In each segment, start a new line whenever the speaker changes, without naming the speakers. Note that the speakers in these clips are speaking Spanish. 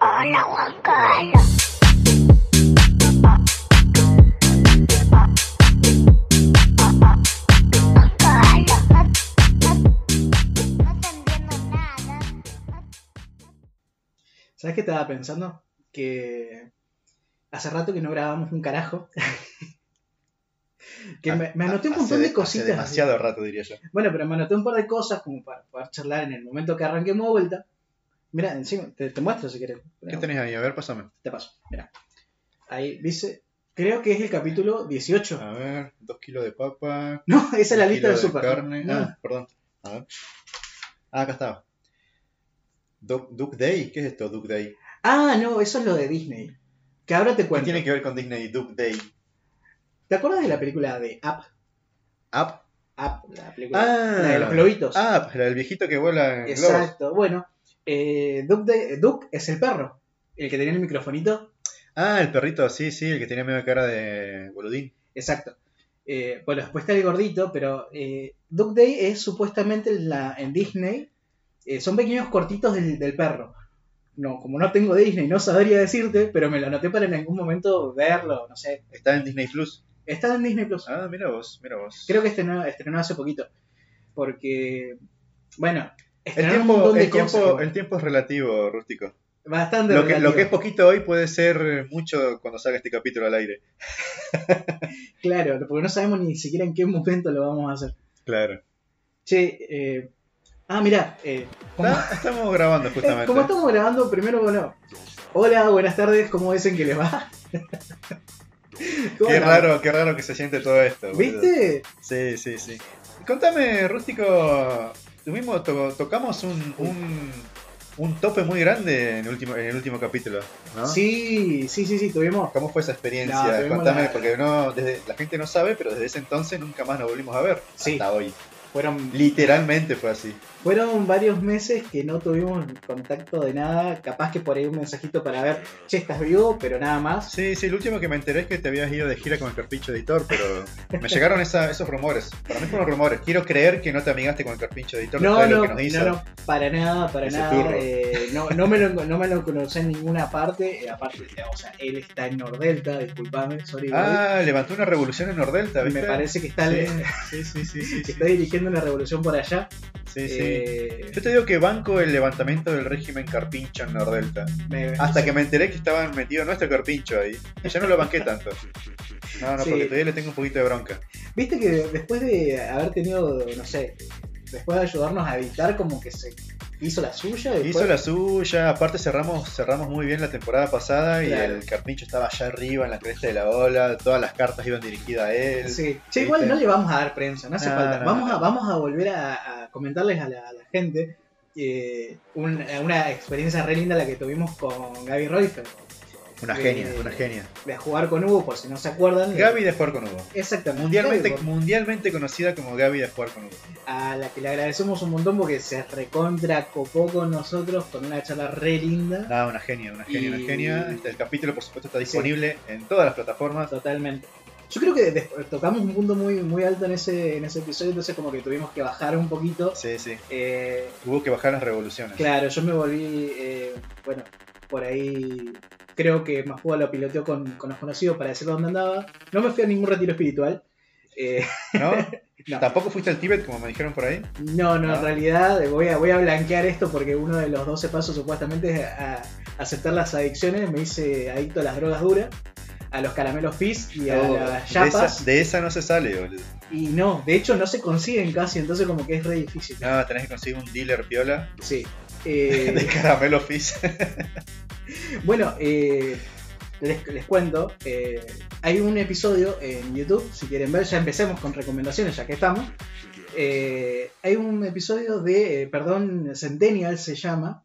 Hola, Juan Carlos. Juan Carlos, no- no- no te entiendo nada.
¿Sabes qué estaba pensando? Que hace rato que no grabamos un carajo. que me, me anoté un
Ah, Hace
montón
de-
de
hace
cositas.
demasiado rato, diría yo.
Bueno, pero me anoté un par de cosas como para poder charlar en el momento que arranquemos de vuelta. Mira, encima, te, te muestro si quieres.
¿Qué tenés ahí? A ver, pásame.
Te paso, mira. Ahí dice, creo que es el capítulo 18.
A ver, dos kilos de papa.
No, esa es la
un
lista
kilo
del super.
carne.
No,
Ah, perdón. A ver. Ah, acá estaba. Du- Duck Day, ¿qué es esto, Duck Day?
Ah, no, eso es lo de Disney. Que ahora te
¿Qué
cuento.
tiene que ver con Disney y Duck Day?
¿Te acuerdas de la película de Up?
¿App?
Up, la película
Ah,
la de los globitos.
Ah, pero el viejito que vuela en globos.
Exacto. Bueno, eh, Duke, de- Duke es el perro, el que tenía el microfonito.
Ah, el perrito, sí, sí, el que tenía medio cara de boludín.
Exacto. Eh, bueno, después está el gordito, pero eh, Duck Day es supuestamente en la, en Disney. eh, son pequeños cortitos del, del perro. No, como no tengo Disney, no sabría decirte, pero me lo anoté para en algún momento verlo, no sé.
Está en Disney Plus.
Está en Disney Plus.
Ah, mira vos, mira vos.
Creo que estrenó, estrenó hace poquito. Porque, bueno,
el
estrenaron un
tiempo,
montón de
el, tiempo,
cosas.
el tiempo es relativo, rústico.
Bastante
Lo que, lo
relativo.
que es poquito hoy puede ser mucho cuando salga este capítulo al aire.
Claro, porque no sabemos ni siquiera en qué momento lo vamos a hacer.
Claro.
Che, eh, ah, mirá, eh, como,
Está- estamos grabando
eh,
justamente.
como estamos grabando primero, bueno, hola, buenas tardes, ¿cómo dicen que les va? ¿Cómo
Qué
la-
raro, qué raro que se siente todo esto. boludo.
¿Viste?
Sí, sí, sí. Contame, Rústico, tuvimos, to- tocamos un, un, un tope muy grande en el último, en el último capítulo, ¿no?
Sí, sí, sí, sí, tuvimos.
¿Cómo fue esa experiencia?
No, tuvimos
Contame,
la-
porque no, desde, la gente no sabe, pero desde ese entonces nunca más nos volvimos a ver.
Sí.
Hasta hoy.
Fueron,
Literalmente fue así.
fueron varios meses que no tuvimos contacto de nada, capaz que por ahí un mensajito para ver, che, estás vivo, pero nada más.
Sí, sí, lo último que me enteré es que te habías ido de gira con el carpincho editor, pero me llegaron esa- esos rumores. Para mí fueron rumores. Quiero creer que no te amigaste con el carpincho editor
No,
después de
no,
lo que
no,
nos hizo.
no, para nada, para
Ese
nada.
turro.
eh, no, no me lo, no me lo conocí en ninguna parte. eh, aparte, o sea, él está en Nordelta, disculpame, sorry. Gaby.
Ah, levantó una revolución en Nordelta, ¿viste?
Me parece que está,
Sí, sí, sí, sí, sí,
que
sí.
está dirigiendo una revolución por allá.
Sí, sí.
Eh,
Yo te digo que banco el levantamiento del régimen carpincho en Nordelta.
me-
Hasta que me enteré que estaban metido nuestro carpincho ahí. Y ya no lo banqué tanto. No, no,
Sí.
porque todavía le tengo un poquito de bronca.
Viste que después de haber tenido, no sé, después de ayudarnos a editar, como que se hizo la suya. Después,
Hizo la suya, aparte cerramos, cerramos muy bien la temporada pasada y
Claro.
el carpincho estaba allá arriba en la cresta de la ola, todas las cartas iban dirigidas a él.
Sí. Che, igual
¿Viste?
no le vamos a dar prensa, no hace
No,
falta.
Ah, no,
vamos,
no.
A, vamos a volver a, a comentarles a la, a la gente eh, un- una experiencia re linda la que tuvimos con Gaby Reuter,
Una
Sí.
genia, una genia.
de jugar con Hugo, por si no se acuerdan.
Gaby de jugar con Hugo.
Exactamente.
Mundialmente,
Gaby,
mundialmente conocida como Gaby de jugar con Hugo.
a la que le agradecemos un montón porque se recontra copó con nosotros con una charla re linda.
Nada, una genia, una genia,
Y-
una genia. Este, El capítulo, por supuesto, está disponible en todas las plataformas.
Totalmente. Yo creo que des- tocamos un punto muy, muy alto en ese, en ese episodio, entonces como que tuvimos que bajar un poquito.
Sí, sí.
Eh,
Hubo que bajar las revoluciones.
claro, yo me volví, eh, bueno, por ahí creo que Mascuba lo piloteó con, con los conocidos para decir dónde andaba. No me fui a ningún retiro espiritual. Eh,
¿No?
No.
Tampoco fuiste al Tíbet, como me dijeron por ahí.
no, no,
Ah.
en realidad eh, voy a, voy a blanquear esto porque uno de los 12 pasos supuestamente es a- aceptar las adicciones. Me hice adicto a las drogas duras, a los caramelos Fizz y a
Oh,
las
de,
chapas.
esa, de esa no se sale, boludo.
Y no, de hecho no se consiguen casi, entonces como que es re difícil.
No, tenés que conseguir un dealer piola
Sí.
Ah. de
Eh,
caramelo fizz.
bueno, eh, les, les cuento, eh, hay un episodio en YouTube, si quieren ver, ya empecemos con recomendaciones, ya que estamos. Eh, hay un episodio de, eh, perdón, Centennial se llama,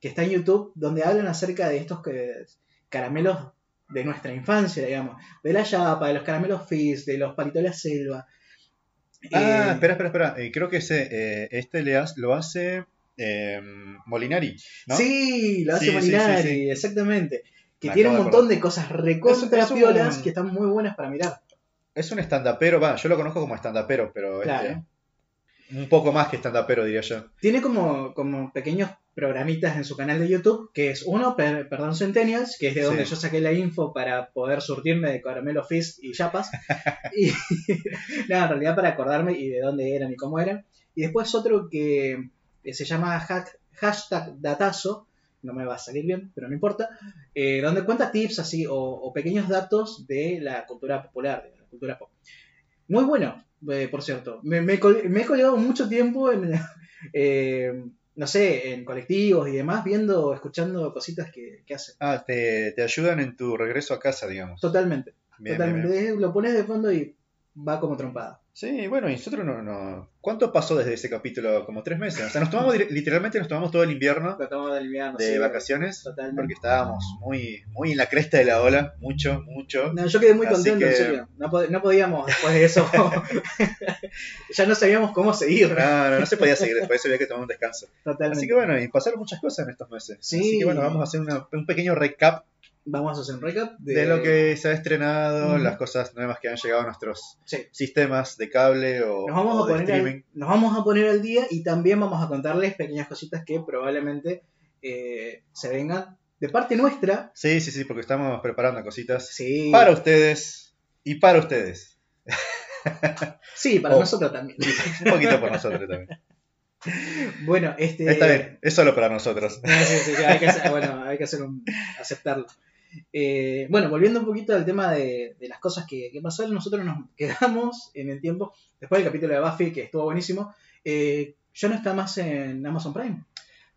que está en YouTube, donde hablan acerca de estos que- caramelos de nuestra infancia, digamos, de la yapa, de los caramelos fizz, de los palitos de la selva.
Ah,
Eh,
espera, espera, espera. Eh, creo que ese, eh, este le hace- lo hace eh, Molinari, ¿no?
Sí, lo hace
Sí, sí,
Molinari,
sí, sí.
exactamente. Que
Me
tiene un
acabo de
montón de cosas recontra
Es- es un-
piolas que están muy buenas para mirar.
Es un estandapero, va, yo lo conozco como estandapero, pero
Claro.
este, Un poco más que stand-upero, diría yo.
Tiene como, como pequeños programitas en su canal de YouTube, que es uno, per- perdón, Centennials, que es de
Sí.
donde yo saqué la info para poder surtirme de caramelo fist y chapas. y nada, en realidad para acordarme y de dónde eran y cómo eran. Y después otro que eh, se llama hack- hashtag datazo, no me va a salir bien, pero no importa, eh, donde cuenta tips así o, o pequeños datos de la cultura popular, de la cultura pop. Muy bueno, eh, por cierto. Me, me col- me he colgado mucho tiempo en... eh, no sé, en colectivos y demás, viendo, escuchando cositas que, que hacen.
Ah, te, te ayudan en tu regreso a casa, digamos.
Totalmente,
Bien, bien,
totalmente.
bien.
Eh, Lo pones de fondo y va como trompada.
Sí, bueno, y nosotros no, no. ¿Cuánto pasó desde ese capítulo? Como tres meses. O sea, nos tomamos, dire- literalmente nos tomamos todo el invierno
Tratamos de aliviarnos.
de
sí,
vacaciones
Totalmente.
porque estábamos muy, muy en la cresta de la ola. Mucho, mucho.
No, yo quedé muy
Así
contento, en
que-
serio. No, pod- no podíamos después de eso. ya no sabíamos cómo seguir. ¿no?
No, no, no se podía seguir después, eso había que tomar un descanso.
Totalmente.
Así que bueno, y pasaron muchas cosas en estos meses.
Sí.
Así que bueno, vamos a hacer una- un pequeño recap
Vamos a hacer un recap de,
de, lo que se ha estrenado,
Ujú.
las cosas nuevas que han llegado a nuestros
Sí.
sistemas de cable o,
Nos vamos,
o
a
de
poner
streaming.
al, nos vamos a poner al día y también vamos a contarles pequeñas cositas que probablemente eh, se vengan de parte nuestra.
Sí, sí, sí, porque estamos preparando cositas
Sí,
para ustedes y para ustedes.
sí para
Oh.
nosotros también.
Un poquito por nosotros también.
Bueno, este.
Está bien, es solo para nosotros.
No, sí, sí, sí, hay que hacer, bueno, hay que hacer un- aceptarlo. Eh, bueno, volviendo un poquito al tema de, de las cosas que, que pasaron, nosotros nos quedamos en el tiempo, después del capítulo de Buffy, que estuvo buenísimo, eh, ya no está más en Amazon Prime.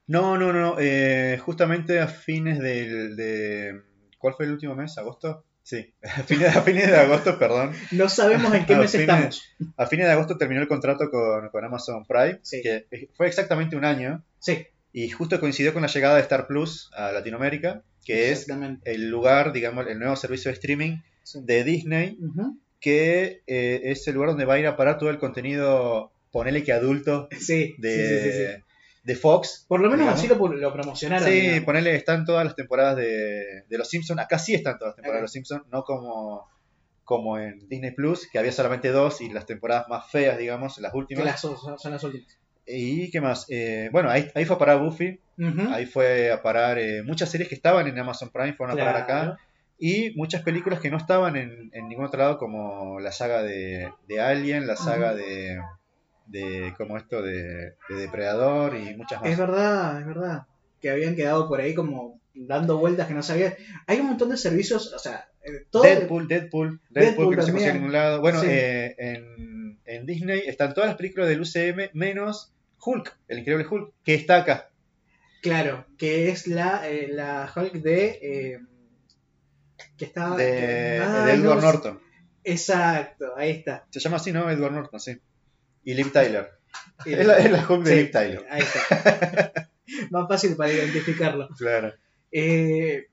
No, no, no, eh, justamente a fines del, de... ¿Cuál fue el último mes? ¿Agosto? Sí, a fines, a fines de agosto, perdón.
No sabemos en qué
Ah,
mes
sí,
estamos.
A fines de agosto terminó el contrato con, con Amazon Prime,
Sí.
que eh, fue exactamente un año.
Sí,
Y justo coincidió con la llegada de Star Plus a Latinoamérica, que es
exactamente.
el lugar, digamos, el nuevo servicio de streaming
sí.
de Disney,
Ujú.
que eh, es el lugar donde va a ir a parar todo el contenido, ponele que adulto,
Sí,
de,
sí, sí, sí, sí.
de Fox.
Por lo menos
Digamos.
así lo, lo promocionaron.
Sí,
digamos.
ponele, están todas las temporadas de, de Los Simpsons, acá sí están todas las
Acá.
temporadas de Los Simpsons, no como, como en Disney Plus, que había solamente dos y las temporadas más feas, digamos, las
Que
últimas.
las- son, son las últimas.
¿Y qué más? Eh, bueno, ahí, ahí fue a parar Buffy,
Ujú.
ahí fue a parar eh, muchas series que estaban en Amazon Prime, fueron a parar acá.
Claro.
y muchas películas que no estaban en, en ningún otro lado, como la saga de, de Alien, la saga de, de como esto, de, de Depredador y muchas
Es
más.
verdad, es verdad. Que habían quedado por ahí como dando vueltas que no sabían. Hay un montón de servicios, o sea, eh, todo.
Deadpool, Deadpool, Deadpool,
Deadpool
que no se consigue
también.
en ningún lado. Bueno,
Sí.
eh, en, en Disney están todas las películas del UCM menos Hulk, el increíble Hulk, que está acá.
Claro, que es la, eh, la Hulk de. eh, que está.
De,
Ah,
de Edward
no,
Norton.
Exacto, ahí está.
Se llama así, ¿no? Edward Norton, sí. Y Liv Tyler.
Eh,
Es la, es la Hulk de
sí,
Liv Tyler.
Ahí está. Más fácil para identificarlo.
Claro.
Eh,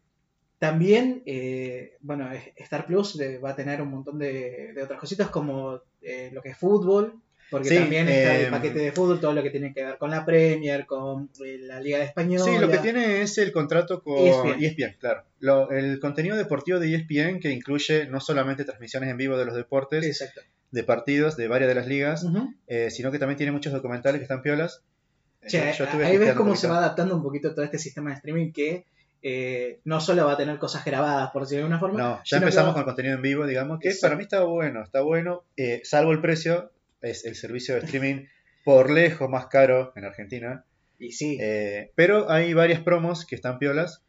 también, eh, bueno, es- Star Plus eh, va a tener un montón de, de otras cositas como eh, lo que es fútbol, porque
Sí,
también está el
em,
paquete de fútbol, todo lo que tiene que ver con la Premier, con eh, la Liga Española.
Sí, lo que tiene es el contrato con E
ESPN.
ESPN, claro. Lo- el contenido deportivo de E ESPN que incluye no solamente transmisiones en vivo de los deportes,
Exacto.
de partidos de varias de las ligas,
Ujú.
eh, sino que también tiene muchos documentales que están piolas. Eh,
Che,
yo estuve
ahí ves
chequeando
cómo
un
se
poquito.
va adaptando un poquito todo este sistema de streaming que eh, no solo va a tener cosas grabadas, por decirlo de alguna forma.
No, ya
sino que
empezamos
va-
con contenido en vivo, digamos, que
Exacto.
para mí está bueno, está bueno, eh, salvo el precio, es el servicio de streaming por lejos más caro en Argentina,
Y sí,
eh, pero hay varias promos que están piolas,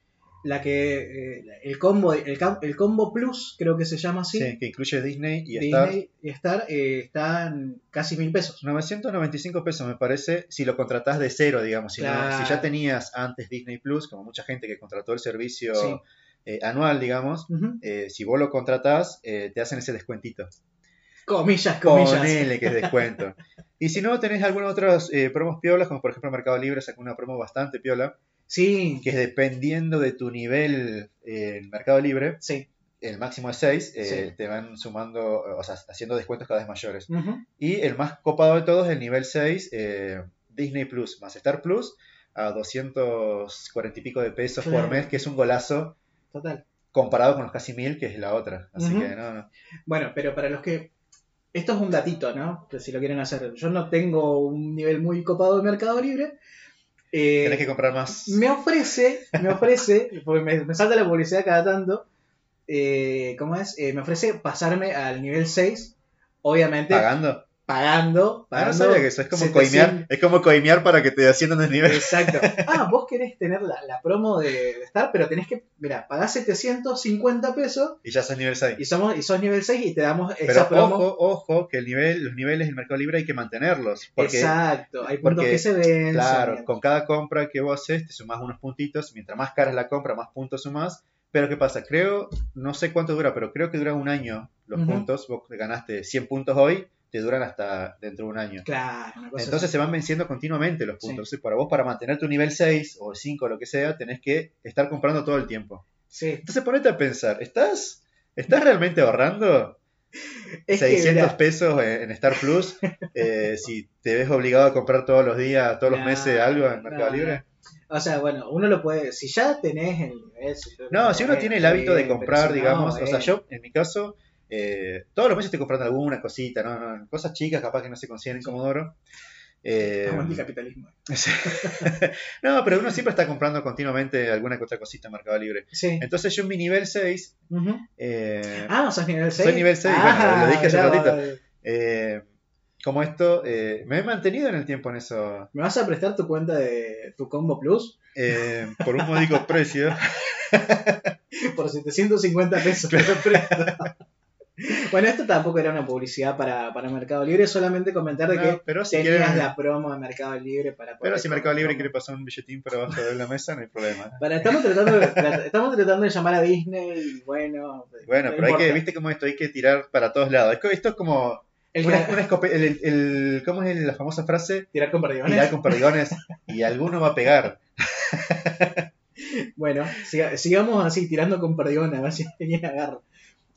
la que eh, el combo el, cam- el combo plus creo que se llama así.
sí, que incluye Disney y Star.
Disney y Star eh, están casi mil pesos.
995 pesos me parece si lo contratás de cero, digamos. Si, no-
Claro.
si ya tenías antes Disney Plus, como mucha gente que contrató el servicio
Sí.
eh, anual, digamos,
Ujú.
eh, si vos lo contratás, eh, te hacen ese descuentito.
Comillas, comillas.
Ponele que es descuento. y si no, tenés algunas otras eh, promos piolas, como por ejemplo Mercado Libre sacó una promo bastante piola,
Sí,
que es dependiendo de tu nivel eh, en Mercado Libre,
sí.
el máximo es 6,
Sí.
te van sumando, o sea, haciendo descuentos cada vez mayores.
Ujú.
Y el más copado de todos, el nivel 6, eh, Disney Plus más Star Plus, a 240 y pico de pesos
Claro.
por mes, que es un golazo
Total.
comparado con los casi mil, que es la otra. Así
Ujú.
que no, no.
Bueno, pero para los que Esto es un datito, ¿no? Que Si lo quieren hacer. Yo no tengo un nivel muy copado de Mercado Libre. Eh,
Tenés que comprar más.
me ofrece, me ofrece, porque me, me salta la publicidad cada tanto, eh, ¿cómo es? Eh, me ofrece pasarme al nivel 6, obviamente
¿Pagando?
pagando,
Ah, no
pagando.
sabía que eso. Es como,
700.
coimear, es como coimear para que te asciendan el nivel.
Exacto. Ah, vos querés tener la, la promo de, de Star, pero tenés que, mira, pagás 750 pesos
Y ya sos nivel 6.
y somos y sos nivel 6 y te damos
Pero
esa promo.
ojo, ojo, que el nivel, los niveles del Mercado Libre hay que mantenerlos. Porque,
Exacto, hay puntos
porque,
que se ven.
claro, con cada compra que vos haces, te sumás unos puntitos. Mientras más cara es la compra, más puntos sumás. Pero ¿qué pasa? Creo, no sé cuánto dura, pero creo que dura un año los
Ujú.
puntos. Vos ganaste 100 puntos hoy, te duran hasta dentro de un año.
Claro, una cosa
Entonces
así.
se van venciendo continuamente los
Sí.
puntos. Entonces, para vos, para mantener tu nivel 6 o 5, lo que sea, tenés que estar comprando todo el tiempo.
Sí.
Entonces ponete a pensar, ¿estás, estás realmente ahorrando
Es que,
600
mirá,
pesos en, en Star Plus eh, si te ves obligado a comprar todos los días, todos los
No,
meses algo en Mercado
no,
Libre?
O sea, bueno, uno lo puede. Si ya tenés el nivel. si yo-
No, si uno
eh,
tiene el
está
hábito de
bien, pero
comprar,
si no,
digamos, o sea,
eh,
yo en mi caso, eh, todos los meses estoy comprando alguna cosita, ¿no? No, cosas chicas capaz que no se consiguen en Comodoro. Eh,
estamos anticapitalismo.
Sí. no, pero uno siempre está comprando continuamente alguna que otra cosita en Mercado Libre.
Sí.
Entonces yo en mi nivel 6,
Ujú.
eh,
Ah, sos nivel Ah, 6.
Soy nivel seis, bueno, lo dije hace ratito.
ratito.
eh, como esto, eh, me he mantenido en el tiempo en eso,
¿Me vas a prestar tu cuenta de tu combo plus?
eh, por un módico precio.
Por 750 pesos. te lo presto. bueno, esto tampoco era una publicidad para, para Mercado Libre, solamente comentar de
No,
que
pero si
tenías
quieren-
la promo de Mercado Libre para poder
pero si Mercado Libre
comprar.
quiere pasar un billetín por abajo de la mesa, no hay problema.
Para, estamos, tratando de, tra- estamos tratando de llamar a Disney y bueno.
Bueno,
no
pero hay que,
importa.
viste cómo esto, hay que tirar para todos lados. Es que Esto es como
El
una,
que-
una escope- el- el- ¿cómo es la famosa frase?
tirar con perdigones.
Tirar con perdigones y alguno va a pegar.
Bueno, siga- sigamos así, tirando con perdigones, a ver si alguien agarra.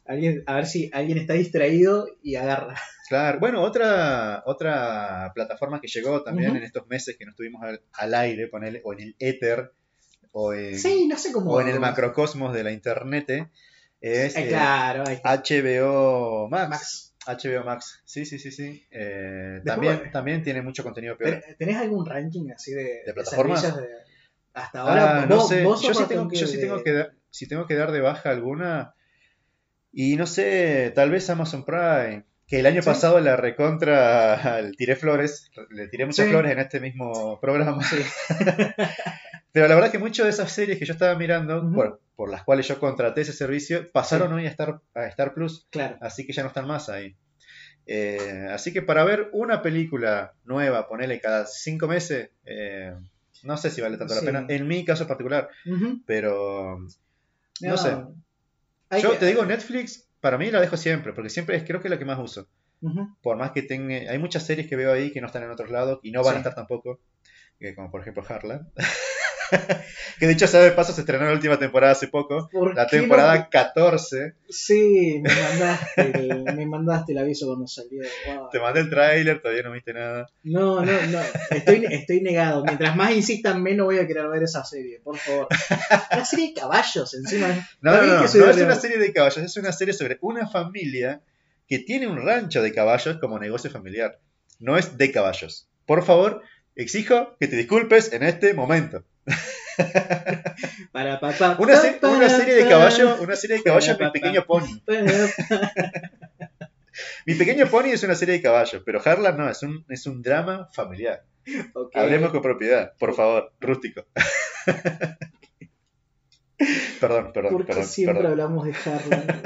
Alguien, a ver si alguien está distraído y agarra.
Claro, bueno, otra, otra plataforma que llegó también
Ujú.
en estos meses que no estuvimos al, al aire, ponele, o en el éter, o en,
Sí, no sé cómo.
o en el macrocosmos de la internet, eh, es
Eh,
eh,
claro, ahí está.
HBO Ah, Max.
Max,
HBO Max, sí, sí, sí, sí. Eh,
Después-
también, también tiene mucho contenido peor.
¿ten- ¿tenés algún ranking así de,
plataformas?
servicios de- hasta ahora,
Ah,
vos,
no sé,
vos
yo
sos
sí tengo, yo
bastante
sí
de-
tengo que dar, si tengo que dar de baja alguna, y no sé, tal vez Amazon Prime, que el año
Sí.
pasado la recontra, le tiré flores, le tiré muchas
Sí.
flores en este mismo programa.
Sí,
Pero la verdad que muchas de esas series que yo estaba mirando,
Ujú.
por, por las cuales yo contraté ese servicio, pasaron hoy a Star, a Star Plus,
claro.
así que ya no están más ahí. Eh, así que para ver una película nueva, ponele cada cinco meses, eh, no sé si vale tanto
Sí.
la pena, en mi caso particular,
Ujú.
pero No sé.
Hay
yo
que-
te digo, Netflix para mí la dejo siempre, porque siempre es, creo que es la que más uso.
Ujú.
Por más que tenga, hay muchas series que veo ahí que no están en otros lados y no van
Sí.
a estar tampoco, que como por ejemplo Harlan. que de hecho, sabe de paso, se estrenó la última temporada hace poco,
¿Por
la
qué no-
temporada 14.
Sí, me mandaste, el, me mandaste el aviso cuando salió. Wow.
Te mandé el tráiler, todavía no viste nada.
No, no, no. Estoy, estoy negado. Mientras más insistan, menos voy a querer ver esa serie, por favor. Una serie de caballos, encima.
No,
Está
no,
bien
no,
que
no
soy de
es una
León.
serie de caballos, es una serie sobre una familia que tiene un rancho de caballos como negocio familiar. No es de caballos. Por favor, exijo que te disculpes en este momento.
Para papá.
Una, se- una serie de caballos, una serie de caballos, mi pequeño pony. Mi pequeño pony es una serie de caballos, pero Harlan no, es un, es un drama familiar. Hablemos con propiedad, por favor, rústico. perdón, perdón,
¿Por qué
perdón,
siempre
perdón.
hablamos de Harlan?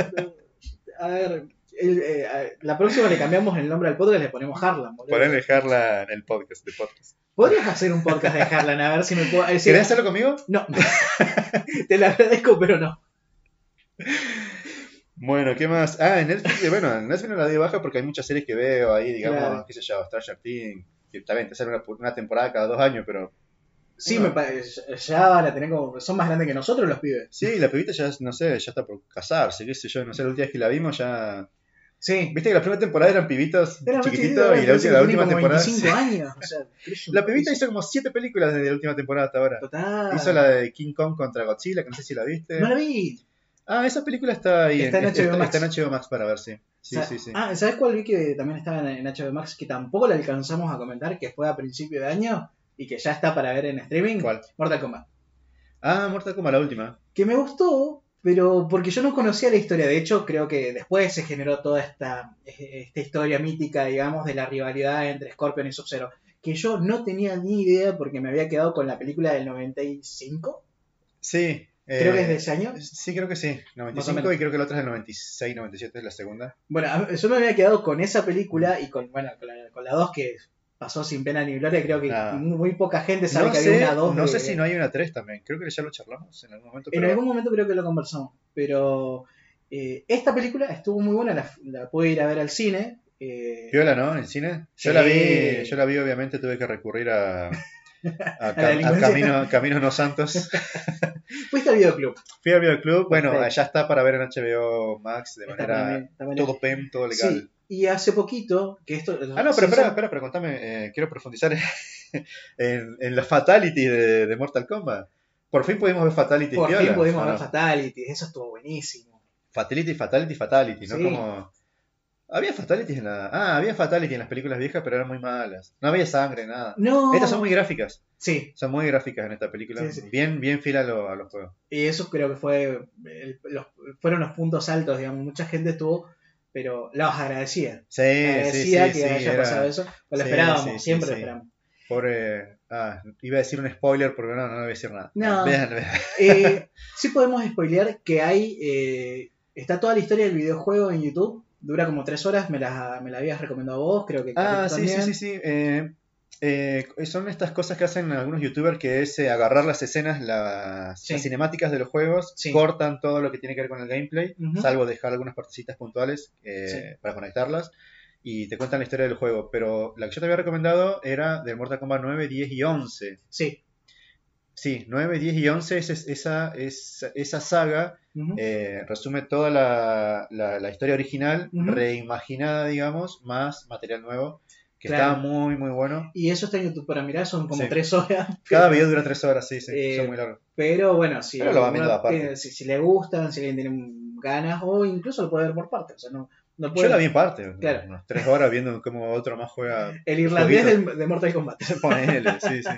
A ver, el- eh, a- la próxima le cambiamos el nombre al podcast y le ponemos Harlan. boludo.
Ponele Harlan en el podcast, de podcast.
¿Podrías hacer un podcast de Harlan? A ver si me puedo. eh, si-
¿Querés hacerlo conmigo?
No. Te la agradezco, pero no.
Bueno, ¿qué más? Ah, en Netflix, eh, bueno, en Netflix no la di de baja porque hay muchas series que veo ahí, digamos,
Claro.
qué sé yo, Stranger Things, que está bien, te sale una, una temporada cada dos años, pero
Sí,
No.
me parece. Ya van a tener como. Son más grandes que nosotros los pibes.
sí, la pibita ya, no sé, ya está por casarse, qué sé yo, no sé, la última vez que la vimos ya...
Sí.
Viste que la primera temporada eran pibitos
Era más chiquito,
chiquititos y
ahora
la, última- la última
tiene como
temporada...
25 años. o sea, es un-
La pibita hizo como siete películas desde la última temporada hasta ahora.
Total.
Hizo la de King Kong contra Godzilla, que no sé si la viste.
Ah. No la vi.
Ah, esa película está ahí.
Está en HBO Max.
está en HBO Max para ver, sí. Sí,
Sa-
sí, sí.
Ah, ¿sabes cuál vi que también estaba en, en HBO Max que tampoco la alcanzamos a comentar, que fue a principio de año y que ya está para ver en streaming?
¿Cuál?
Mortal Kombat.
Ah, Mortal Kombat, la última.
Que me gustó, pero porque yo no conocía la historia. De hecho, creo que después se generó toda esta, e, esta historia mítica, digamos, de la rivalidad entre Scorpion y Sub-Zero. Que yo no tenía ni idea porque me había quedado con la película del 95,
Sí.
creo
eh,
que es de ese año.
Sí, creo que sí.
Más o
95
menos.
y creo que la otra es del 96, 97 es la segunda.
Bueno, a- yo me había quedado con esa película y con, bueno, con la, con la 2 que pasó sin pena ni gloria. Creo que
Ah.
muy, muy poca gente sabe
No
que
sé,
había una 2.
no
de-
sé si no hay una 3 también. Creo que ya lo charlamos en algún momento.
En
pero-
algún momento creo que lo conversamos. Pero eh, esta película estuvo muy buena, la, la pude ir a ver al cine. eh,
Viola, ¿no? En cine. Yo
Sí.
la vi, yo la vi, obviamente, tuve que recurrir a, a, ca-
delincuencia.
a Camino, Caminos No Santos.
fuiste al videoclub.
Fui al videoclub, bueno,
Perfecto.
allá está para ver en HBO Max de
Está
manera
también- está también-
todo PEM, todo
Sí,
legal.
y hace poquito, que esto...
Ah, no, pero espera, espera, pero contame, eh, quiero profundizar en, en, la Fatality de, de Mortal Kombat. Por fin pudimos ver Fatality.
Por fin pudimos ver
ver
Fatalities, eso estuvo buenísimo.
Fatality, Fatality, Fatality, ¿no?
Sí.
Como... Había Fatalities en la... Ah, había Fatality en las películas viejas, pero eran muy malas. No había sangre, nada.
No,
Estas son muy gráficas.
sí,
Son muy gráficas en esta película.
Sí, sí.
Bien, bien fiel a, lo- a los juegos.
Y eso creo que fue el- los- fueron los puntos altos, digamos. Mucha gente estuvo, pero los agradecía.
Sí,
Agradecía
sí, sí,
que
sí,
haya
era-
pasado eso. Pues lo
sí,
esperábamos,
sí, sí,
siempre
sí.
lo esperamos.
Pobre. Ah, iba a decir un spoiler, pero no, no voy a decir nada.
No.
Vean, vean.
Eh, sí podemos spoilear que hay. eh, está toda la historia del videojuego en YouTube. Dura como tres horas, me la, me la habías recomendado vos, creo que
Ah,
Carlito
sí, sí,
también.
sí, sí. Eh, eh, son estas cosas que hacen algunos youtubers que es eh, agarrar las escenas, las,
Sí.
las cinemáticas de los juegos,
Sí.
cortan todo lo que tiene que ver con el gameplay,
Ujú.
salvo dejar algunas partecitas puntuales eh,
Sí.
para conectarlas, y te cuentan la historia del juego. Pero la que yo te había recomendado era de Mortal Kombat 9, 10 y 11.
Sí.
Sí, 9, 10 y 11 es, es- esa, es- esa saga
Ujú.
eh, resume toda la, la- la historia original,
Ujú.
reimaginada, digamos, más material nuevo, que
Claro.
está muy, muy bueno.
Y eso está en YouTube para mirar, son como
Sí.
tres horas.
Cada video dura 3 horas, sí, sí,
Eh,
son muy largos.
Pero bueno, si,
Pero lo va
uno
viendo aparte.
tiene- si, si le gustan, si alguien tiene ganas, o incluso lo puede ver por partes. O sea, no, no
Yo
puede-
la vi en parte,
Claro.
unas 3 horas viendo cómo otro más juega.
El irlandés
Jodido.
del- de Mortal Kombat.
Ponele, sí, sí.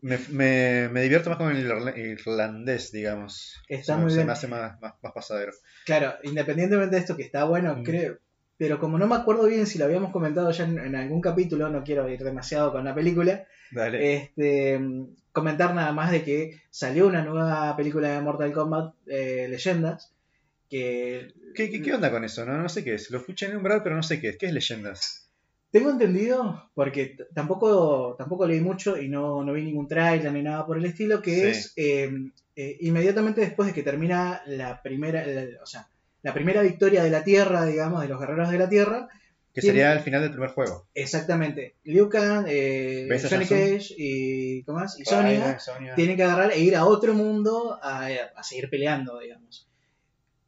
Me, me- me divierto más con el irla- irlandés, digamos.
Está
se, me-
muy
se
bien.
me hace más, más, más pasadero.
Claro, independientemente de esto que está bueno,
Mm.
creo. Pero como no me acuerdo bien si lo habíamos comentado ya en, en algún capítulo, no quiero ir demasiado con la película,
Dale.
este, mm, comentar nada más de que salió una nueva película de Mortal Kombat, eh, Leyendas, que
¿Qué, qué, qué onda con eso? No, no sé qué es. Lo escuché nombrar, pero no sé qué es. ¿Qué es leyendas?
tengo entendido, porque t- tampoco, tampoco leí mucho y no, no vi ningún trailer ni nada por el estilo, que
Sí.
es eh, eh, inmediatamente después de que termina la primera, la- o sea, la primera victoria de la Tierra, digamos, de los guerreros de la Tierra,
Que
Tiene-
sería el final del primer juego.
Exactamente. Liu Kang, eh,
¿Ves a
Johnny
Shang Tsung?
Cage y, ¿cómo más? y
Raiden,
Sonya
Sonya.
tienen que agarrar e ir a otro mundo a, a seguir peleando, digamos.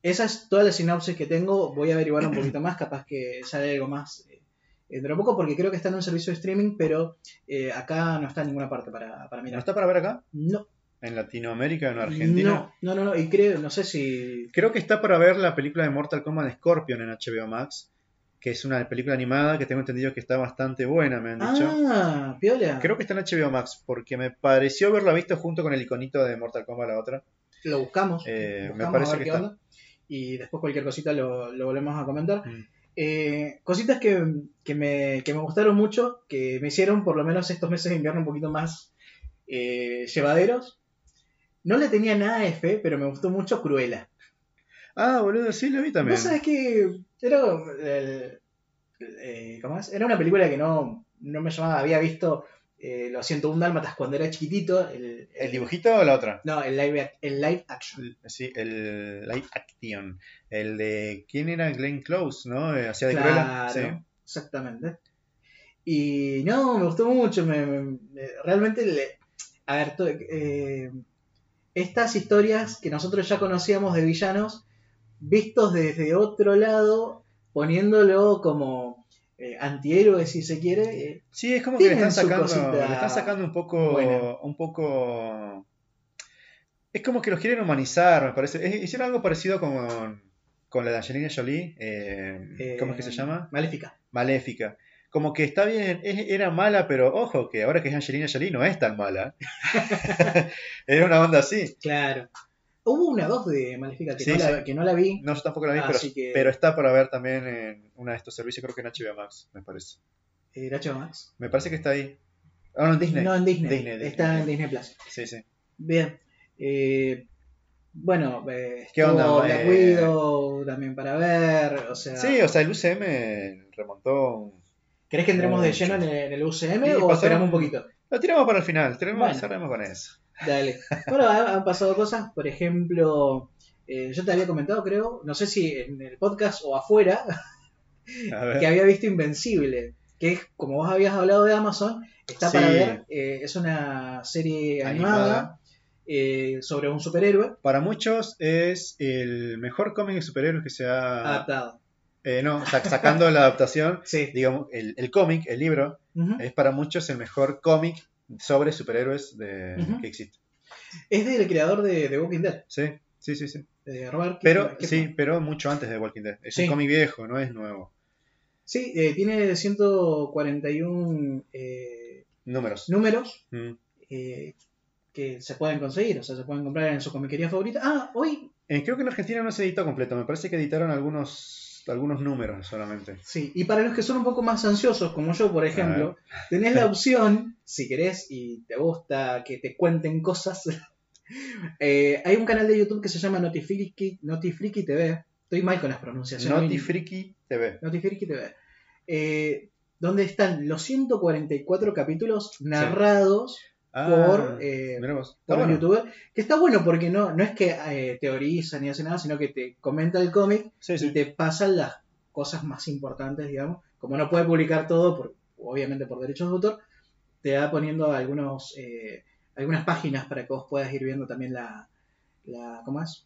Esa es toda la sinopsis que tengo. Voy a averiguar un poquito más, capaz que sale algo más eh, dentro de poco, porque creo que está en un servicio de streaming, pero eh, acá no está en ninguna parte para, para
¿No
mirar.
está para ver acá?
No,
¿En Latinoamérica, en Argentina?
no, no, no, no, y creo, no sé si.
Creo que está para ver la película de Mortal Kombat Scorpion en HBO Max, que es una película animada que tengo entendido que está bastante buena, me han dicho.
Ah, piola.
Creo que está en HBO Max, porque me pareció haberla visto junto con el iconito de Mortal Kombat la otra.
lo buscamos.
Eh,
buscamos
me parece
a ver
que
qué
está.
onda, Y después cualquier cosita lo, lo volvemos a comentar.
Mm.
Eh, cositas que, que me, que me gustaron mucho, que me hicieron por lo menos estos meses de invierno un poquito más eh, llevaderos. No le tenía nada de fe, pero me gustó mucho Cruella.
Ah, boludo, sí, la vi también.
¿Vos sabés que era, el- eh, ¿cómo es? era una película que no, no me llamaba, había visto eh, Los 101 Dálmatas cuando era chiquitito. El,
¿El dibujito o la otra?
No, el live, ac- el live action.
Sí, el Light Action. El de. ¿Quién era Glenn Close, no? Eh, Hacía de
Claro,
Cruella. Sí.
exactamente. Y no, me gustó mucho. me- me- me- realmente, le- a ver, to- eh, estas historias que nosotros ya conocíamos de villanos, vistos desde otro lado, poniéndolo como eh, antihéroe, si se quiere. eh,
Sí, es como que le
Tienen
están
su
sacando,
cosita
le están sacando un poco,
buena.
un poco. Es como que los quieren humanizar, me parece. Es- hicieron algo parecido con, con la de Angelina Jolie, eh,
Eh,
¿cómo es que se llama?
Maléfica.
Maléfica. Como que está bien, es- era mala, pero ojo, que ahora que es Angelina Jolie no es tan mala. era una onda así.
Claro. Hubo una dos de Maléfica que,
Sí,
no, La, que no la vi.
No, yo tampoco la vi, pero,
así que.
pero está para ver también en uno de estos servicios, creo que en HBO Max, me parece.
eh, ¿era HBO Max?
Me parece que está ahí. Ah, no, en Disney.
No, en Disney.
Disney, Disney,
Está en Disney Plus.
Sí, sí.
Bien. Eh, bueno, eh,
¿Qué onda,
estuvo Black
eh?
Widow también para ver. O sea,
Sí, o sea, el UCM remontó. un-
¿querés que entremos de
Mucho.
lleno en el, en el UCM
Y
o
pasamos-
esperamos un poquito?
Lo tiramos para el final, tiramos,
Bueno.
cerremos con eso.
Dale. Bueno, han, han pasado cosas, por ejemplo, eh, yo te había comentado, creo, no sé si en el podcast o afuera,
A ver.
que había visto Invencible, que es, como vos habías hablado de Amazon, está para
Sí.
ver, eh, es una serie animada,
Animada.
eh, sobre un superhéroe
Para muchos es el mejor cómic de superhéroes que se ha.
adaptado.
eh, no, sa- sacando la adaptación,
Sí.
digamos, el, el cómic, el libro,
Ujú.
es para muchos el mejor cómic sobre superhéroes de,
Ujú.
que existe.
Es del creador de The Walking Dead,
Sí, sí, sí. sí.
de Robert
Pero,
Kirkman-
sí,
Kirkman.
pero mucho antes de Walking Dead. Es
Sí.
un cómic viejo, no es nuevo.
Sí, eh, tiene 141 eh,
Números.
números
Mm.
eh, que se pueden conseguir, o sea, se pueden comprar en su comiquería favorita. Ah, hoy,
Eh, creo que en Argentina no se editó completo, me parece que editaron algunos, algunos números solamente.
sí. Y para los que son un poco más ansiosos, como yo, por ejemplo,
Ah.
tenés la opción, si querés y te gusta que te cuenten cosas, eh, hay un canal de YouTube que se llama Notifriki, Notifriki TV. Estoy mal con las pronunciaciones.
Notifriki TV.
Notifriki TV. Eh, donde están los 144 capítulos narrados por eh,
mirá vos. Ah,
por
Está
un
bueno.
youtuber, que está bueno porque no, no es que eh, teoriza ni hace nada, sino que te comenta el cómic
Sí, sí.
y te pasan las cosas más importantes, digamos. Como no puede publicar todo, por, obviamente por derechos de autor, te va poniendo algunos eh, algunas páginas para que vos puedas ir viendo también la, la ¿cómo es?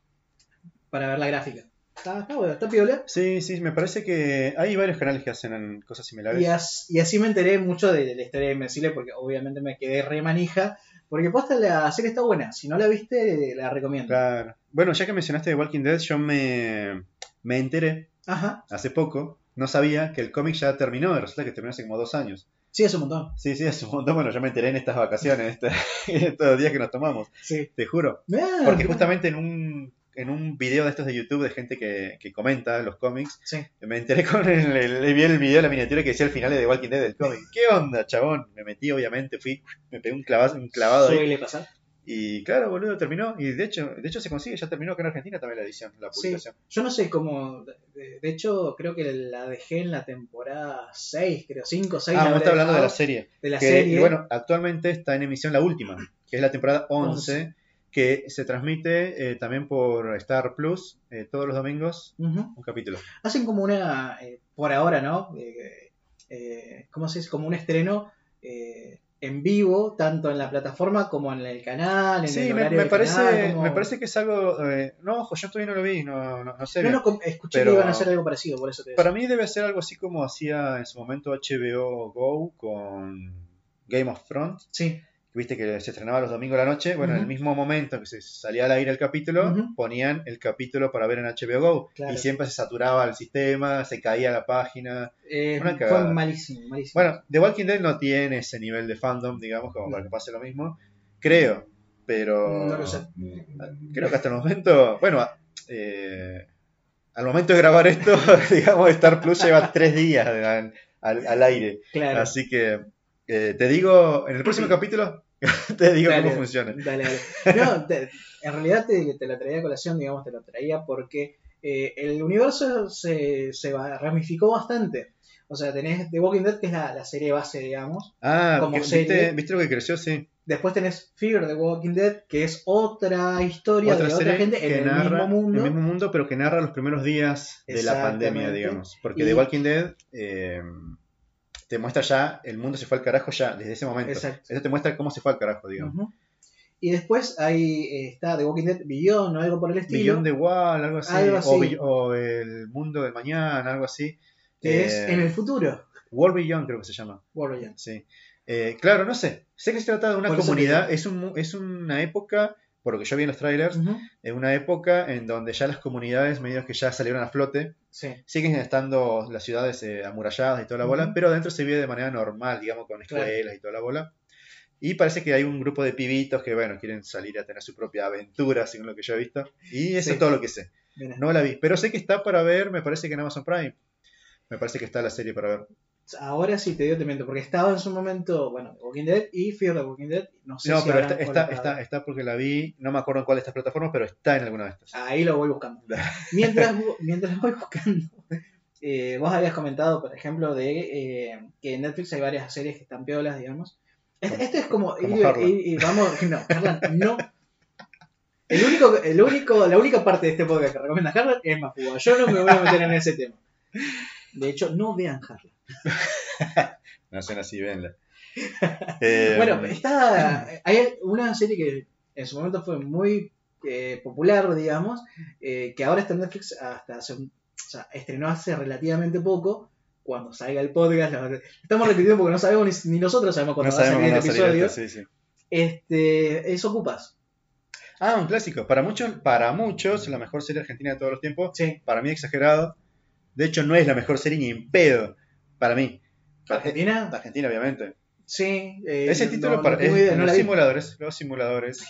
Para ver la gráfica. Está, está bueno, está piola.
Sí, sí, me parece que hay varios canales que hacen cosas similares.
Y, as- y así me enteré mucho de, de la historia de Invencible, porque obviamente me quedé re manija. Porque posta la serie está buena. Si no la viste, la recomiendo.
Claro. Bueno, ya que mencionaste The Walking Dead, yo me, me enteré
Ajá.
hace poco, no sabía que el cómic ya terminó, y resulta que terminó hace como dos años.
Sí, es un montón.
Sí, sí, hace un montón, bueno, yo me enteré en estas vacaciones, este- en estos días que nos tomamos,
Sí.
te juro.
Ah,
Porque
mira.
justamente en un, en un video de estos de YouTube de gente que, que comenta los cómics,
Sí.
me enteré con el, el- le vi el video de la miniatura que decía el final de The Walking Dead del cómic. ¿Qué onda, chabón? Me metí, obviamente, fui, me pegué un clavazo, un clavado ahí.
Suele pasar.
Y claro, boludo, terminó. Y de hecho, de hecho se consigue, ya terminó acá en Argentina también la edición, la
Sí.
publicación.
Yo no sé cómo. De, de hecho, creo que la dejé en la temporada 6, creo, 5, 6.
Ah, vos estás hablando de la serie.
de la
que,
serie.
y bueno, actualmente está en emisión la última, que es la temporada 11, que se transmite eh, también por Star Plus eh, todos los domingos,
Ujú.
un capítulo.
Hacen como una. eh, por ahora, ¿no? Eh, eh, ¿Cómo se dice? Como un estreno eh, en vivo, tanto en la plataforma como en el canal. En
Sí,
el
me,
horario
me
del
parece,
canal, como-
me parece que es algo... eh, no, ojo, yo todavía no lo vi, no, no, no sé.
Yo
bien.
no com- escuché
pero-
que iban a hacer algo parecido, por eso te
Para mí debe ser algo así como hacía en su momento HBO Go con Game of Thrones.
Sí.
viste que se estrenaba los domingos a la noche, bueno, en
Ujú.
el mismo momento que se salía al aire el capítulo,
Ujú.
ponían el capítulo para ver en HBO Go
Claro.
y siempre se saturaba el sistema, se caía la página.
Eh,
Una
fue
cagada.
malísimo, malísimo.
Bueno, The Walking Dead no tiene ese nivel de fandom, digamos, como para que pase lo mismo, creo, pero
No lo sé.
creo que hasta el momento, bueno, a- eh, al momento de grabar esto, digamos, Star Plus lleva tres días al, al- al aire,
Claro.
así que eh, te digo, en el próximo capítulo, te digo
Dale.
cómo funciona.
Dale, dale. No, te- en realidad te, te la traía a colación, digamos, te la traía porque eh, el universo se, se va- ramificó bastante. O sea, tenés The Walking Dead, que es la, la serie base, digamos.
Ah,
como
que-
serie.
¿viste, viste lo que creció? Sí.
Después tenés Fear the Walking Dead, que es otra historia
Otra
de
serie
otra gente en
que
el
narra
mismo mundo.
el mismo mundo, pero que narra los primeros días de la pandemia,
Exactamente.
digamos. Porque
Y-
The Walking Dead eh, te muestra ya, el mundo se fue al carajo ya, desde ese momento.
Exacto.
Eso te muestra cómo se fue al carajo, digamos.
Ujú. Y después ahí eh, está The Walking Dead Beyond o algo por el estilo,
Millón de Wall, algo así.
Algo así.
O, Bill- o El Mundo del Mañana, algo así.
que es
Eh,
en el futuro.
World Beyond creo que se llama.
War Beyond.
Sí. Eh, claro, no sé. Sé que se trata de una
Por eso te
comunidad, es, un, mu- es una época por lo que yo vi en los trailers,
Ujú.
en una época en donde ya las comunidades, medio que ya salieron a flote,
Sí,
siguen estando las ciudades eh, amuralladas y toda la bola,
Ujú.
pero adentro se vive de manera normal, digamos, con
Claro.
escuelas y toda la bola. Y parece que hay un grupo de pibitos que, bueno, quieren salir a tener su propia aventura, según lo que yo he visto. Y eso
Sí.
es todo lo que sé.
mira.
No la vi, pero sé que está para ver, me parece que en Amazon Prime. Me parece que está la serie para ver.
Ahora sí te digo, te miento, porque estaba en su momento, bueno, Walking Dead y Fear the Walking Dead. No sé
no,
si
pero
ahora
está,
cuál
está,
habrá.
está, está porque la vi, no me acuerdo en cuál de estas plataformas, pero está en alguna de estas.
Ahí lo voy buscando. Mientras, bu- mientras voy buscando, eh, vos habías comentado, por ejemplo, de eh, que en Netflix hay varias series que están piolas, digamos. Este,
Como-
este es como.
como
y-
Harlan.
y- y vamos, no, Harlan, no. El único, el único, la única parte de este podcast que recomienda Harlan es Mafugua. Yo no me voy a meter en ese tema. De hecho, no vean Harlan.
No sean así, Eh, venla. Em,
Bueno, está, hay una serie que en su momento fue muy eh, popular, digamos, eh, que ahora está en Netflix hasta hace, un- o sea, estrenó hace relativamente poco. Cuando salga el podcast, la verdad- estamos repitiendo porque no sabemos ni, ni nosotros sabemos cuándo
no
va a
sabemos
salir
cuándo
el
va a salir
episodio.
esto, sí, sí.
Este, es Ocupas.
Ah, un clásico. Para muchos, para muchos, la mejor serie argentina de todos los tiempos.
Sí.
Para mí, exagerado. De hecho, no es la mejor serie ni en pedo. Para mí.
Argentina.
Argentina, obviamente.
Sí. eh,
Ese
no-
título
no
para
tengo
es-
idea, no
los
la vi.
simuladores, los simuladores.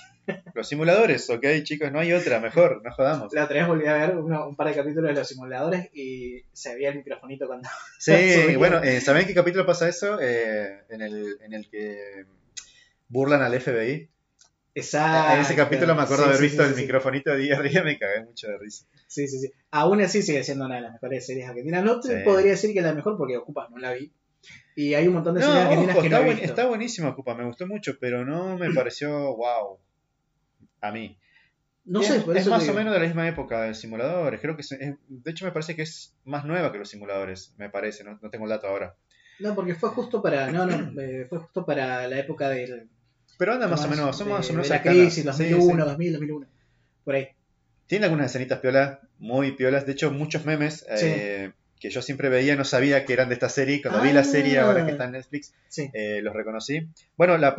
los simuladores, ok, chicos, no hay otra, mejor, no jodamos.
La otra vez volví a ver una- un par de capítulos de los simuladores y se veía el microfonito cuando.
Sí, bueno, eh, ¿saben qué capítulo pasa eso? Eh, en, el, en el que burlan al FBI.
Esa-
en ese capítulo me acuerdo
Ah, Sí,
haber
sí,
visto
sí,
el
sí.
microfonito de día arriba y me cagué mucho de risa.
Sí, sí, sí. Aún así sigue siendo una de las mejores series argentinas. No te
Sí.
podría decir que es la mejor porque Ocupas no la vi. Y hay un montón de
No,
series argentinas
ojo,
que no
está,
he
buen-
visto.
está buenísima, Ocupa, me gustó mucho, pero no me pareció wow. A mí.
No
Es-
sé, por
es
eso te
más
digo.
o menos de la misma época de simuladores. Creo que es- es- de hecho me parece que es más nueva que los simuladores, me parece. No, no tengo el dato ahora.
No, porque fue justo para. No, no, eh, fue justo para la época del.
Pero anda Ah, más, o
más,
menos, son
de-
más o menos
de eh, la
cercanas.
crisis,
Sí,
2001,
sí.
2000, 2001. Por ahí.
Tiene algunas escenitas piolas, muy piolas. De hecho, muchos memes eh, que yo siempre veía, no sabía que eran de esta serie. Cuando vi
Ah.
la serie ahora que está en Netflix,
Sí.
eh, los reconocí. Bueno, la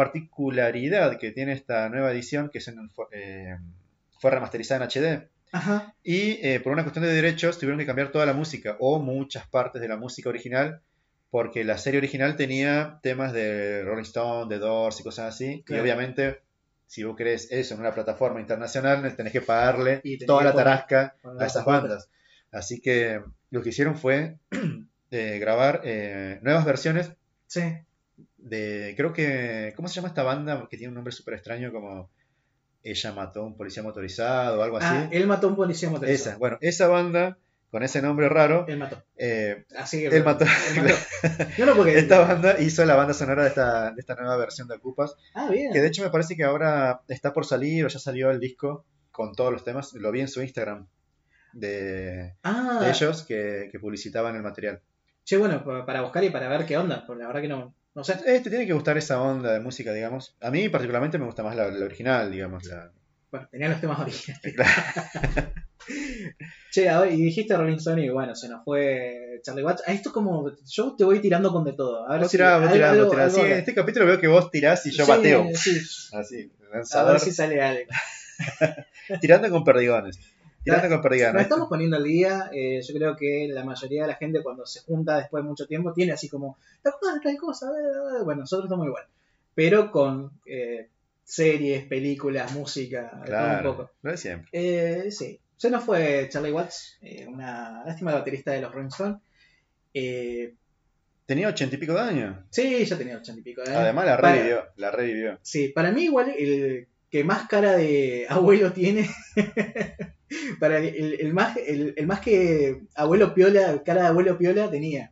particularidad que tiene esta nueva edición, que es en- eh, fue remasterizada en HD,
Ajá.
y eh, por una cuestión de derechos tuvieron que cambiar toda la música o muchas partes de la música original porque la serie original tenía temas de Rolling Stone, de Doors y cosas así.
Claro.
Y obviamente, si vos crees eso en una plataforma internacional, tenés que pagarle
Y tenés
toda
que
la
poner-
tarasca
Bueno,
a esas
tampoco-
bandas. Así que lo que hicieron fue eh, grabar eh, nuevas versiones
Sí.
de, creo que, ¿cómo se llama esta banda? Que tiene un nombre súper extraño como Ella mató a un policía motorizado o algo así.
Ah, él mató a un policía motorizado.
Esa, bueno, esa banda con ese nombre raro,
Él mató.
eh,
Así que.
Él mató.
Él mató. No, no, porque.
esta banda hizo la banda sonora de esta, de esta nueva versión de Ocupas,
Ah,
que
bien.
de hecho me parece que ahora está por salir o ya salió el disco con todos los temas, lo vi en su Instagram de,
Ah,
de ellos que, que publicitaban el material.
che, bueno, pa- para buscar y para ver qué onda. Porque la verdad que no. No sé.
Eh, te tiene que gustar esa onda de música, digamos. A mí particularmente me gusta más la, la original, digamos. la-
Bueno, tenía los temas originales. che, a ver, y dijiste Rolling Stone y bueno, se nos fue Charlie Watts. Ah, Esto es como, yo te voy tirando con de todo. A ver
Vos
si-
tirás, vos
algo-
tirás,
algo-
vos tirás.
algo-
Sí, en este capítulo veo que vos tirás y yo
Sí,
bateo.
sí.
Así,
A
lanzador,
ver si sale algo.
tirando con perdigones. Tirando con
Nos
perdigones.
estamos poniendo al día. eh, yo creo que la mayoría de la gente cuando se junta después de mucho tiempo tiene así como, ¿te acuerdas de tal cosa? Eh, Bueno, nosotros estamos igual. Pero con eh, series, películas, música, de todo un poco.
Claro, no es siempre.
Eh, sí, se nos fue Charlie Watts, eh, una lástima baterista de los Rolling Stones. Eh,
Tenía ochenta y pico de años.
sí, ya tenía ochenta y pico. ¿eh?
Además la
Para-
revivió, la revivió.
Sí, para mí igual el que más cara de abuelo tiene, para el, el- el más, el, el más que abuelo piola, cara de abuelo piola tenía.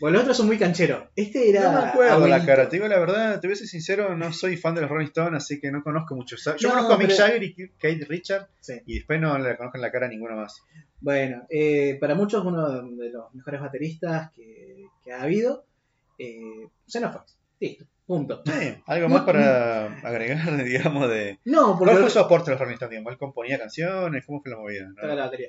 Bueno, los otros son muy cancheros. Este era...
No me acuerdo la
abuelito.
cara, te digo la verdad, te voy a ser sincero, no soy fan de los Rolling Stones, así que no conozco mucho. Yo
No,
conozco a Mick
pero-
Jagger y Kate Richard,
Sí.
y después no le conozco en la cara a ninguno más.
Bueno, eh, para muchos uno de de los mejores bateristas que, que ha habido. Eh, se nos fue. Listo, punto.
Sí, Eh, algo
No,
más para agregar, digamos, de...
No, porque...
¿Cuál fue su aporte a los Rolling Stones? Digamos, ¿Él componía canciones? ¿Cómo fue la movida?
Toca
¿No?
la batería.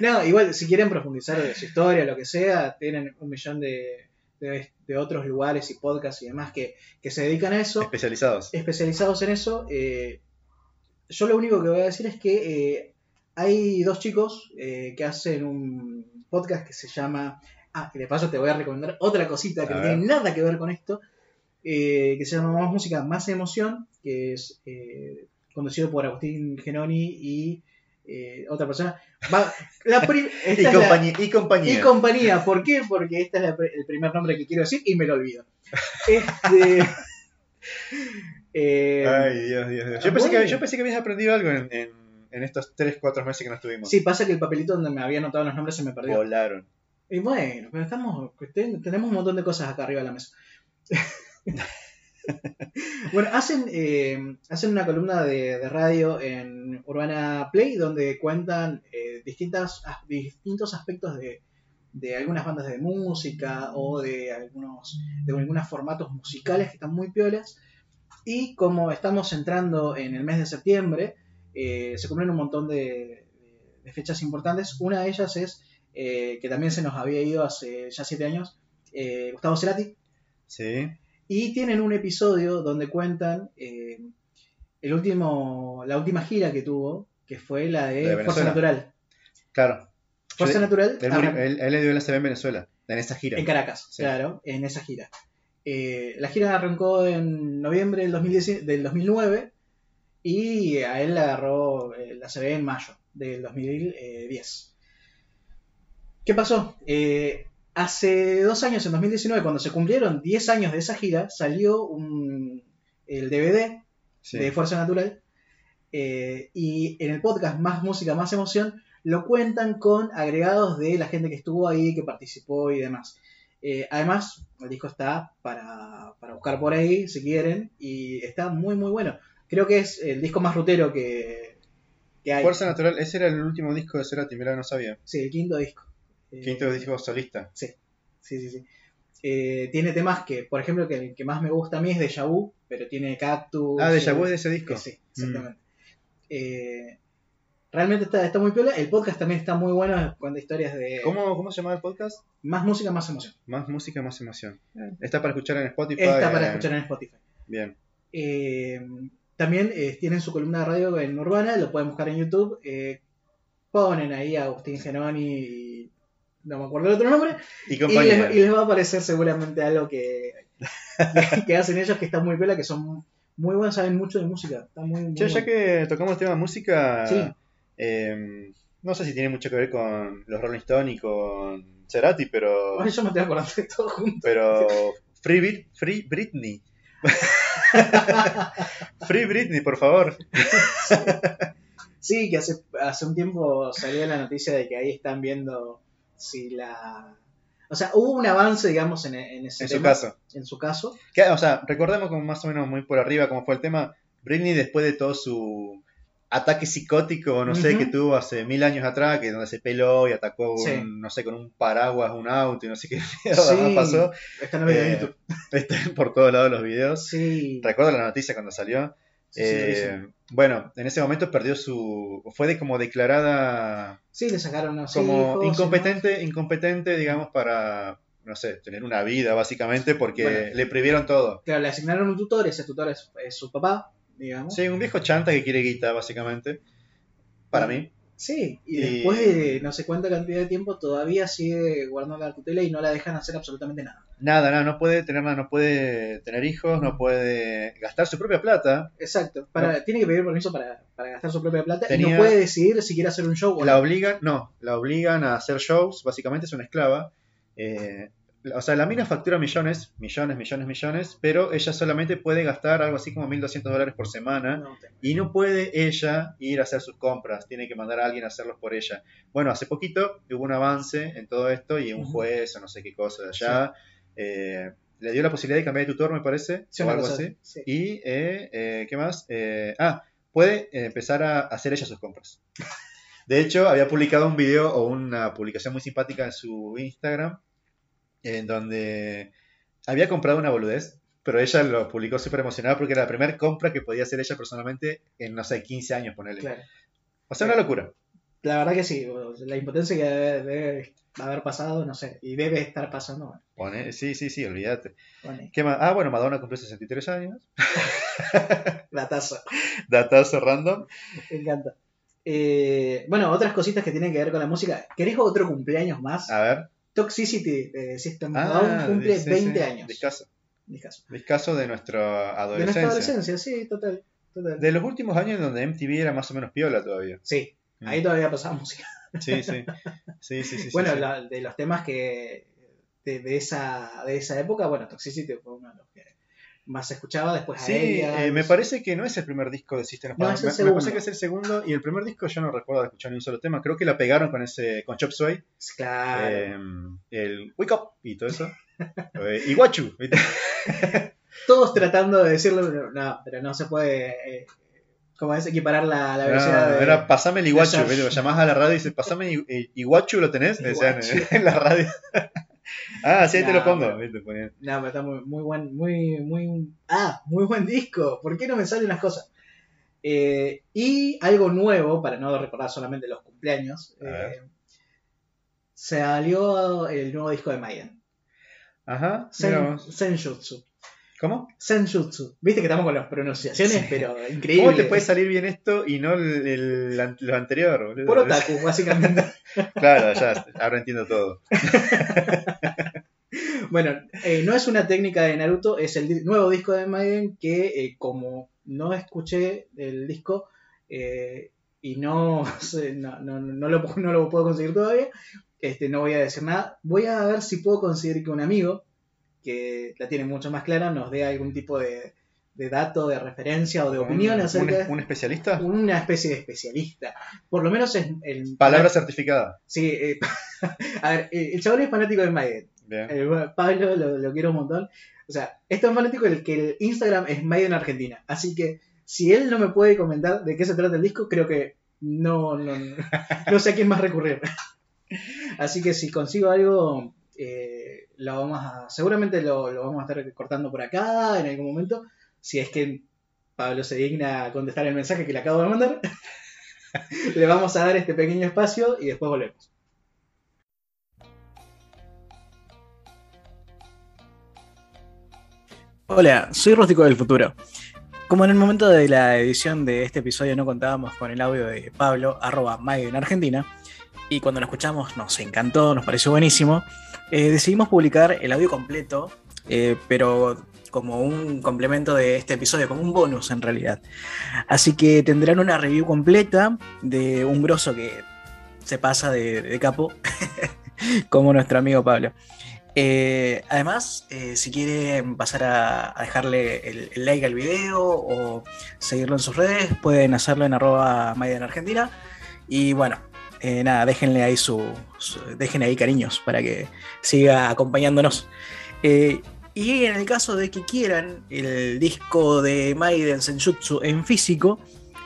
no, igual, si quieren profundizar de su historia, lo que sea, tienen un millón de, de, de otros lugares y podcasts y demás que, que se dedican a eso,
Especializados.
especializados en eso. eh, yo lo único que voy a decir es que eh, hay dos chicos eh, que hacen un podcast que se llama. Ah, que de paso te voy a recomendar otra cosita que
A
no
ver.
tiene nada que ver con esto, eh, que se llama Más Música, Más Emoción, que es eh, conducido por Agustín Genoni y eh, otra persona. Va- la prim- esta
Y,
es la-
compañía, y compañía.
y compañía, ¿por qué? Porque este es la pr- el primer nombre que quiero decir y me lo olvido. Este, eh,
Ay, Dios, Dios, Dios. Yo,
Ah,
pensé que,
bueno.
yo pensé que habías aprendido algo en, en- en estos 3, 4 meses que no estuvimos.
sí, pasa que el papelito donde me había anotado los nombres se me perdió.
Volaron.
Y bueno, pero estamos, ten- tenemos un montón de cosas acá arriba de la mesa. bueno, hacen, eh, hacen una columna de, de radio en Urbana Play donde cuentan eh, distintas, as- distintos aspectos de, de algunas bandas de música o de algunos, de algunos formatos musicales que están muy piolas. Y como estamos entrando en el mes de septiembre, eh, se cumplen un montón de- de fechas importantes. Una de ellas es eh, que también se nos había ido hace ya siete años, eh, Gustavo Cerati,
Sí.
y tienen un episodio donde cuentan eh, el último, la última gira que tuvo, que fue la
La de
de,
Venezuela.
Fuerza Natural.
Claro.
Fuerza
Yo-
Natural
Él,
ah,
murió- él- él le dio la CB en Venezuela, en esa gira.
en Caracas,
Sí.
claro, en esa gira. Eh, la gira arrancó en noviembre del, 2010 del 2009 y a él le agarró eh, la CB en mayo del 2010. ¿Qué pasó? Eh, hace dos años, en 2019, cuando se cumplieron 10 años de esa gira, salió un, el DVD
Sí.
de Fuerza Natural. eh, y en el podcast Más Música, Más Emoción lo cuentan con agregados de la gente que estuvo ahí, que participó y demás. Eh, además, el disco está para, para buscar por ahí, si quieren, y está muy, muy bueno. Creo que es el disco más rutero que, que hay.
Fuerza Natural, ese era el último disco de Cerati, mira, no sabía.
Sí, el quinto disco. Eh,
Quinto disco solista.
Sí, sí, sí. Eh, tiene temas que, por ejemplo, que el que más me gusta a mí es de Vu, pero tiene Cactus.
Ah, de
eh,
Yahoo es de ese disco.
Sí, exactamente. Eh, realmente está, está muy piola. El podcast también está muy bueno. Cuenta historias de
¿Cómo, ¿Cómo se llamaba el podcast?
más música, más emoción.
Más música, más emoción. Está para escuchar en Spotify.
Eh. Está para
eh,
escuchar en Spotify.
Bien.
Eh, también eh, tienen su columna de radio en Urbana. Lo pueden buscar en YouTube. eh, ponen ahí a Agustín Genoni y. No me acuerdo el otro nombre.
Y
Y
compañía.
les, y les va a aparecer seguramente algo que, que hacen ellos que está muy piola, que son muy buenos, saben mucho de música. Está muy, muy
Che, ya
bueno.
que tocamos el tema de música,
Sí.
eh, no sé si tiene mucho que ver con los Rolling Stone y con Cerati, pero,
Bueno, yo me estoy acordando de todo junto.
pero Free, Brit- Free Britney. Free Britney, por favor.
Sí, que hace, hace un tiempo salió la noticia de que ahí están viendo si la... O sea, hubo un avance, digamos, en, en ese
En su
tema,
caso.
En su caso.
Que, o sea, recordemos como más o menos muy por arriba cómo fue el tema. Britney, después de todo su ataque psicótico, no sé,
Ujú.
que tuvo hace mil años atrás, que donde se peló y atacó,
Sí.
un- no sé, con un paraguas, un auto y no sé qué
Sí.
pasó.
Está en el video de
Eh,
YouTube.
Están por todos lados los videos.
Sí.
Recuerdo la noticia cuando salió.
Sí, sí, lo
Eh,
hizo.
bueno, en ese momento perdió su. fue de como declarada
Sí, le sacaron unos
como
hijos y
incompetente, incompetente, digamos, para, no sé, tener una vida, básicamente, porque
Bueno.
le privieron todo.
demás. Claro, le asignaron un tutor, ese tutor es, es su papá, digamos.
Sí, un viejo chanta que quiere guita, básicamente. Para mí.
Sí, y
Y-
después de no sé cuánta cantidad de tiempo todavía sigue guardando la tutela y no la dejan hacer absolutamente nada.
Nada, nada, no puede tener nada, no puede tener hijos, no puede gastar su propia plata.
Exacto. Para, Tiene que pedir permiso para, para gastar su propia plata y
Tenía-
no puede decidir si quiere hacer un show o
La
no.
obligan, no, la obligan a hacer shows, básicamente es una esclava. Eh, o sea, la mina factura millones, millones, millones, millones, pero ella solamente puede gastar algo así como 1.200 dólares por semana.
No, te-
y no puede ella ir a hacer sus compras, tiene que mandar a alguien a hacerlos por ella. Bueno, hace poquito hubo un avance en todo esto y un
Ujú.
juez o no sé qué cosa de allá eh, le dio la posibilidad de cambiar de tutor, me parece,
Sí,
o
una
algo
cosa-
así.
sí.
Y, eh, eh, ¿qué más? Eh, ah, puede eh, empezar a hacer ella sus compras. De hecho, había publicado un video o una publicación muy simpática en su Instagram en donde había comprado una boludez, pero ella lo publicó súper emocionada porque era la primera compra que podía hacer ella personalmente en, no sé, 15 años, ponele.
Claro.
O sea, una locura.
La verdad que sí, o sea, la impotencia que debe, debe va a haber pasado, no sé, y debe estar pasando. Bueno,
Pone- sí, sí, sí, olvídate.
pone
¿Qué más? Ah, bueno, Madonna cumplió 63 años.
datazo,
Datazo random.
me encanta. Eh, bueno, otras cositas que tienen que ver con la música. ¿Querés otro cumpleaños más?
A ver.
Toxicity de System of a
Ah,
Down cumple
sí, sí,
20
sí.
años.
Discaso.
Discaso.
Discaso de nuestra
De nuestra
adolescencia.
adolescencia, sí, total. total.
De los últimos años en donde MTV era más o menos piola todavía.
Sí,
Mm.
ahí todavía pasaba música.
Sí, sí. Sí, sí, sí.
bueno,
sí, sí.
la- de los temas que de, de esa, de esa época, bueno, Toxicity fue uno de los que más se escuchaba después
Sí,
a ella.
eh, me parece que no es el primer disco de System of a
No,
Down.
es el
Me- me,
segundo.
parece que es el segundo y el primer disco yo no recuerdo de escuchar ni un solo tema. Creo que la pegaron con ese con Chop Suey,
Claro.
eh, el Wake Up y todo eso. Eh, y Guachu, ¿viste?
Todos tratando de decirlo, pero no, pero no se puede, eh, como es, equiparar la, la
No,
velocidad de...
era pasame el Iguachu,
esa-
¿viste? Lo llamás a la radio y dices, pasame el Igu- Iguachu, ¿lo tenés? Decían en, en la radio. ah, sí, ahí te lo
No,
pongo.
pero-
¿viste? Ponían.
No, pero está muy, muy buen, muy, muy... Ah, muy buen disco. ¿Por qué no me salen las cosas? Eh, y algo nuevo, para no recordar solamente los cumpleaños,
A ver.
eh, salió el nuevo disco de Maiden,
Ajá, mira
Sen,
vos.
Senjutsu.
¿Cómo?
Senjutsu. Viste que estamos con las pronunciaciones,
Sí.
pero increíble.
¿Cómo te puede salir bien esto y no el, el an- lo anterior? boludo?
Por otaku, básicamente.
Claro, ya, ahora entiendo todo.
bueno, eh, no es una técnica de Naruto, es el di- nuevo disco de Maiden que eh, como no escuché el disco eh, y no, sé, no, no, no lo, no lo puedo conseguir todavía, este, no voy a decir nada. Voy a ver si puedo conseguir que un amigo que la tiene mucho más clara nos dé algún tipo de, de dato, de referencia o de opinión
¿Un-
acerca de...
un, un especialista?
una especie de especialista. Por lo menos es el.
Palabra certificada.
Sí, eh, a ver, eh, el chabón es fanático de Maiden.
Bien.
El Eh, bueno, Pablo lo, lo quiero un montón. O sea, es tan fanático el que el Instagram es Maiden Argentina. Así que si él no me puede comentar de qué se trata el disco, creo que no, no, no, no sé a quién más recurrir. Así que si consigo algo, eh, lo vamos a, seguramente lo, lo vamos a estar cortando por acá en algún momento. Si es que Pablo se digna a contestar el mensaje que le acabo de mandar, le vamos a dar este pequeño espacio y después volvemos.
Hola, soy Rústico del Futuro. Como en el momento de la edición de este episodio no contábamos con el audio de Pablo, arroba Maiden en Argentina, y cuando lo escuchamos nos encantó, nos pareció buenísimo, eh, decidimos publicar el audio completo, eh, pero como un complemento de este episodio, como un bonus en realidad. Así que tendrán una review completa de un grosso que se pasa de, de capo, como nuestro amigo Pablo. Eh, además, eh, si quieren pasar a, a dejarle el, el like al video o seguirlo en sus redes, pueden hacerlo en arroba Maiden Argentina. Y bueno, eh, nada, déjenle ahí su, su- dejen ahí cariños para que siga acompañándonos. Eh, y en el caso de que quieran el disco de Maiden Senjutsu en físico,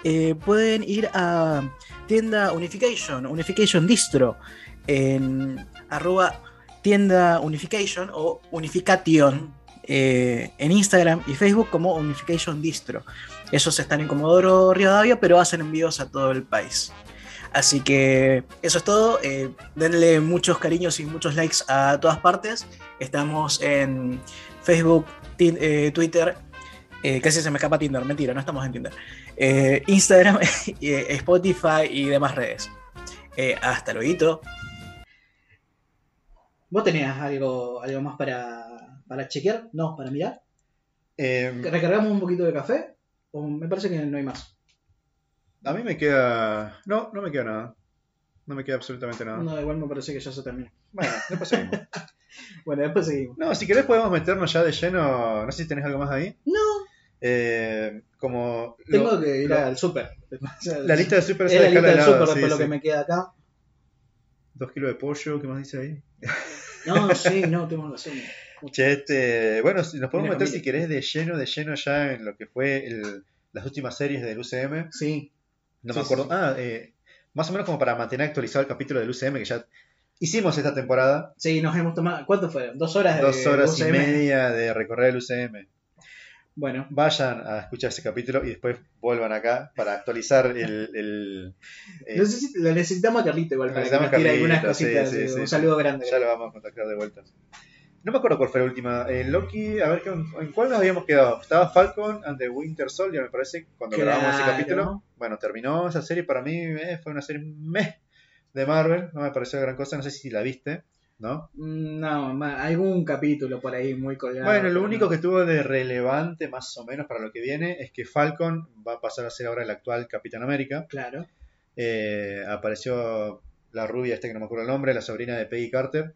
eh, pueden ir a tienda Unification, Unification Distro, en arroba tienda Unification o Unification eh, en Instagram y Facebook como Unification Distro. Esos están en Comodoro Rivadavia, pero hacen envíos a todo el país. Así que eso es todo. eh, denle muchos cariños y muchos likes a todas partes. Estamos en Facebook, Tin- eh, Twitter. eh, casi se me escapa Tinder, mentira, no estamos en Tinder. eh, Instagram, eh, Spotify y demás redes. Eh, hasta luego.
¿Vos tenías algo, algo más para, para chequear? No, para mirar.
Eh,
¿Recargamos un poquito de café? O me parece que no hay más.
a mí me queda... No, no me queda nada. No me queda absolutamente nada.
No, igual me parece que ya se terminó.
Ah. Bueno, después seguimos.
Bueno, después seguimos.
No, si querés podemos meternos ya de lleno. No sé si tenés algo más ahí.
No,
Eh, como... lo-
tengo que ir
lo-
al súper. O sea,
La lista de super
es la lista del súper,
sí,
después lo
sí.
que me queda acá.
Dos kilos de pollo, ¿qué más dice ahí?
No, sí, no, tenemos razón.
Che, este, bueno, si nos podemos
Mira,
meter
mira.
si querés de lleno, de lleno ya en lo que fue el- las últimas series del UCM.
Sí,
No
Sí,
me acuerdo.
sí, sí.
Ah, eh, más o menos como para mantener actualizado el capítulo del UCM que ya hicimos esta temporada.
Eh, sí, nos hemos tomado. ¿Cuánto fueron? Dos horas de
Dos horas y
UCM.
media de recorrer el UCM.
Bueno,
Vayan a escuchar ese capítulo y después vuelvan acá para actualizar el. el- eh,
lo necesi- lo necesitamos a Carlito igual para que nos
necesitamos
tire
Carlito,
algunas
sí,
cositas.
sí,
eh,
sí,
un
sí.
saludo grande.
ya lo vamos a contactar de vuelta. No me acuerdo cuál fue la última. Eh, Loki, a ver, ¿qué- ¿en cuál nos habíamos quedado? Estaba Falcon and the Winter Soldier, me parece, cuando grabamos ese
Claro.
capítulo. Bueno, terminó esa serie. Para mí eh, fue una serie meh de Marvel. No me pareció gran cosa. No sé si la viste, ¿no?
Mm, No, ma- algún capítulo por ahí muy colgado.
Bueno, lo
pero
único
no.
que tuvo de relevante, más o menos, para lo que viene, es que Falcon va a pasar a ser ahora el actual Capitán América.
Claro.
Eh, apareció la rubia, este que no me acuerdo el nombre, la sobrina de Peggy
Ah.
Carter.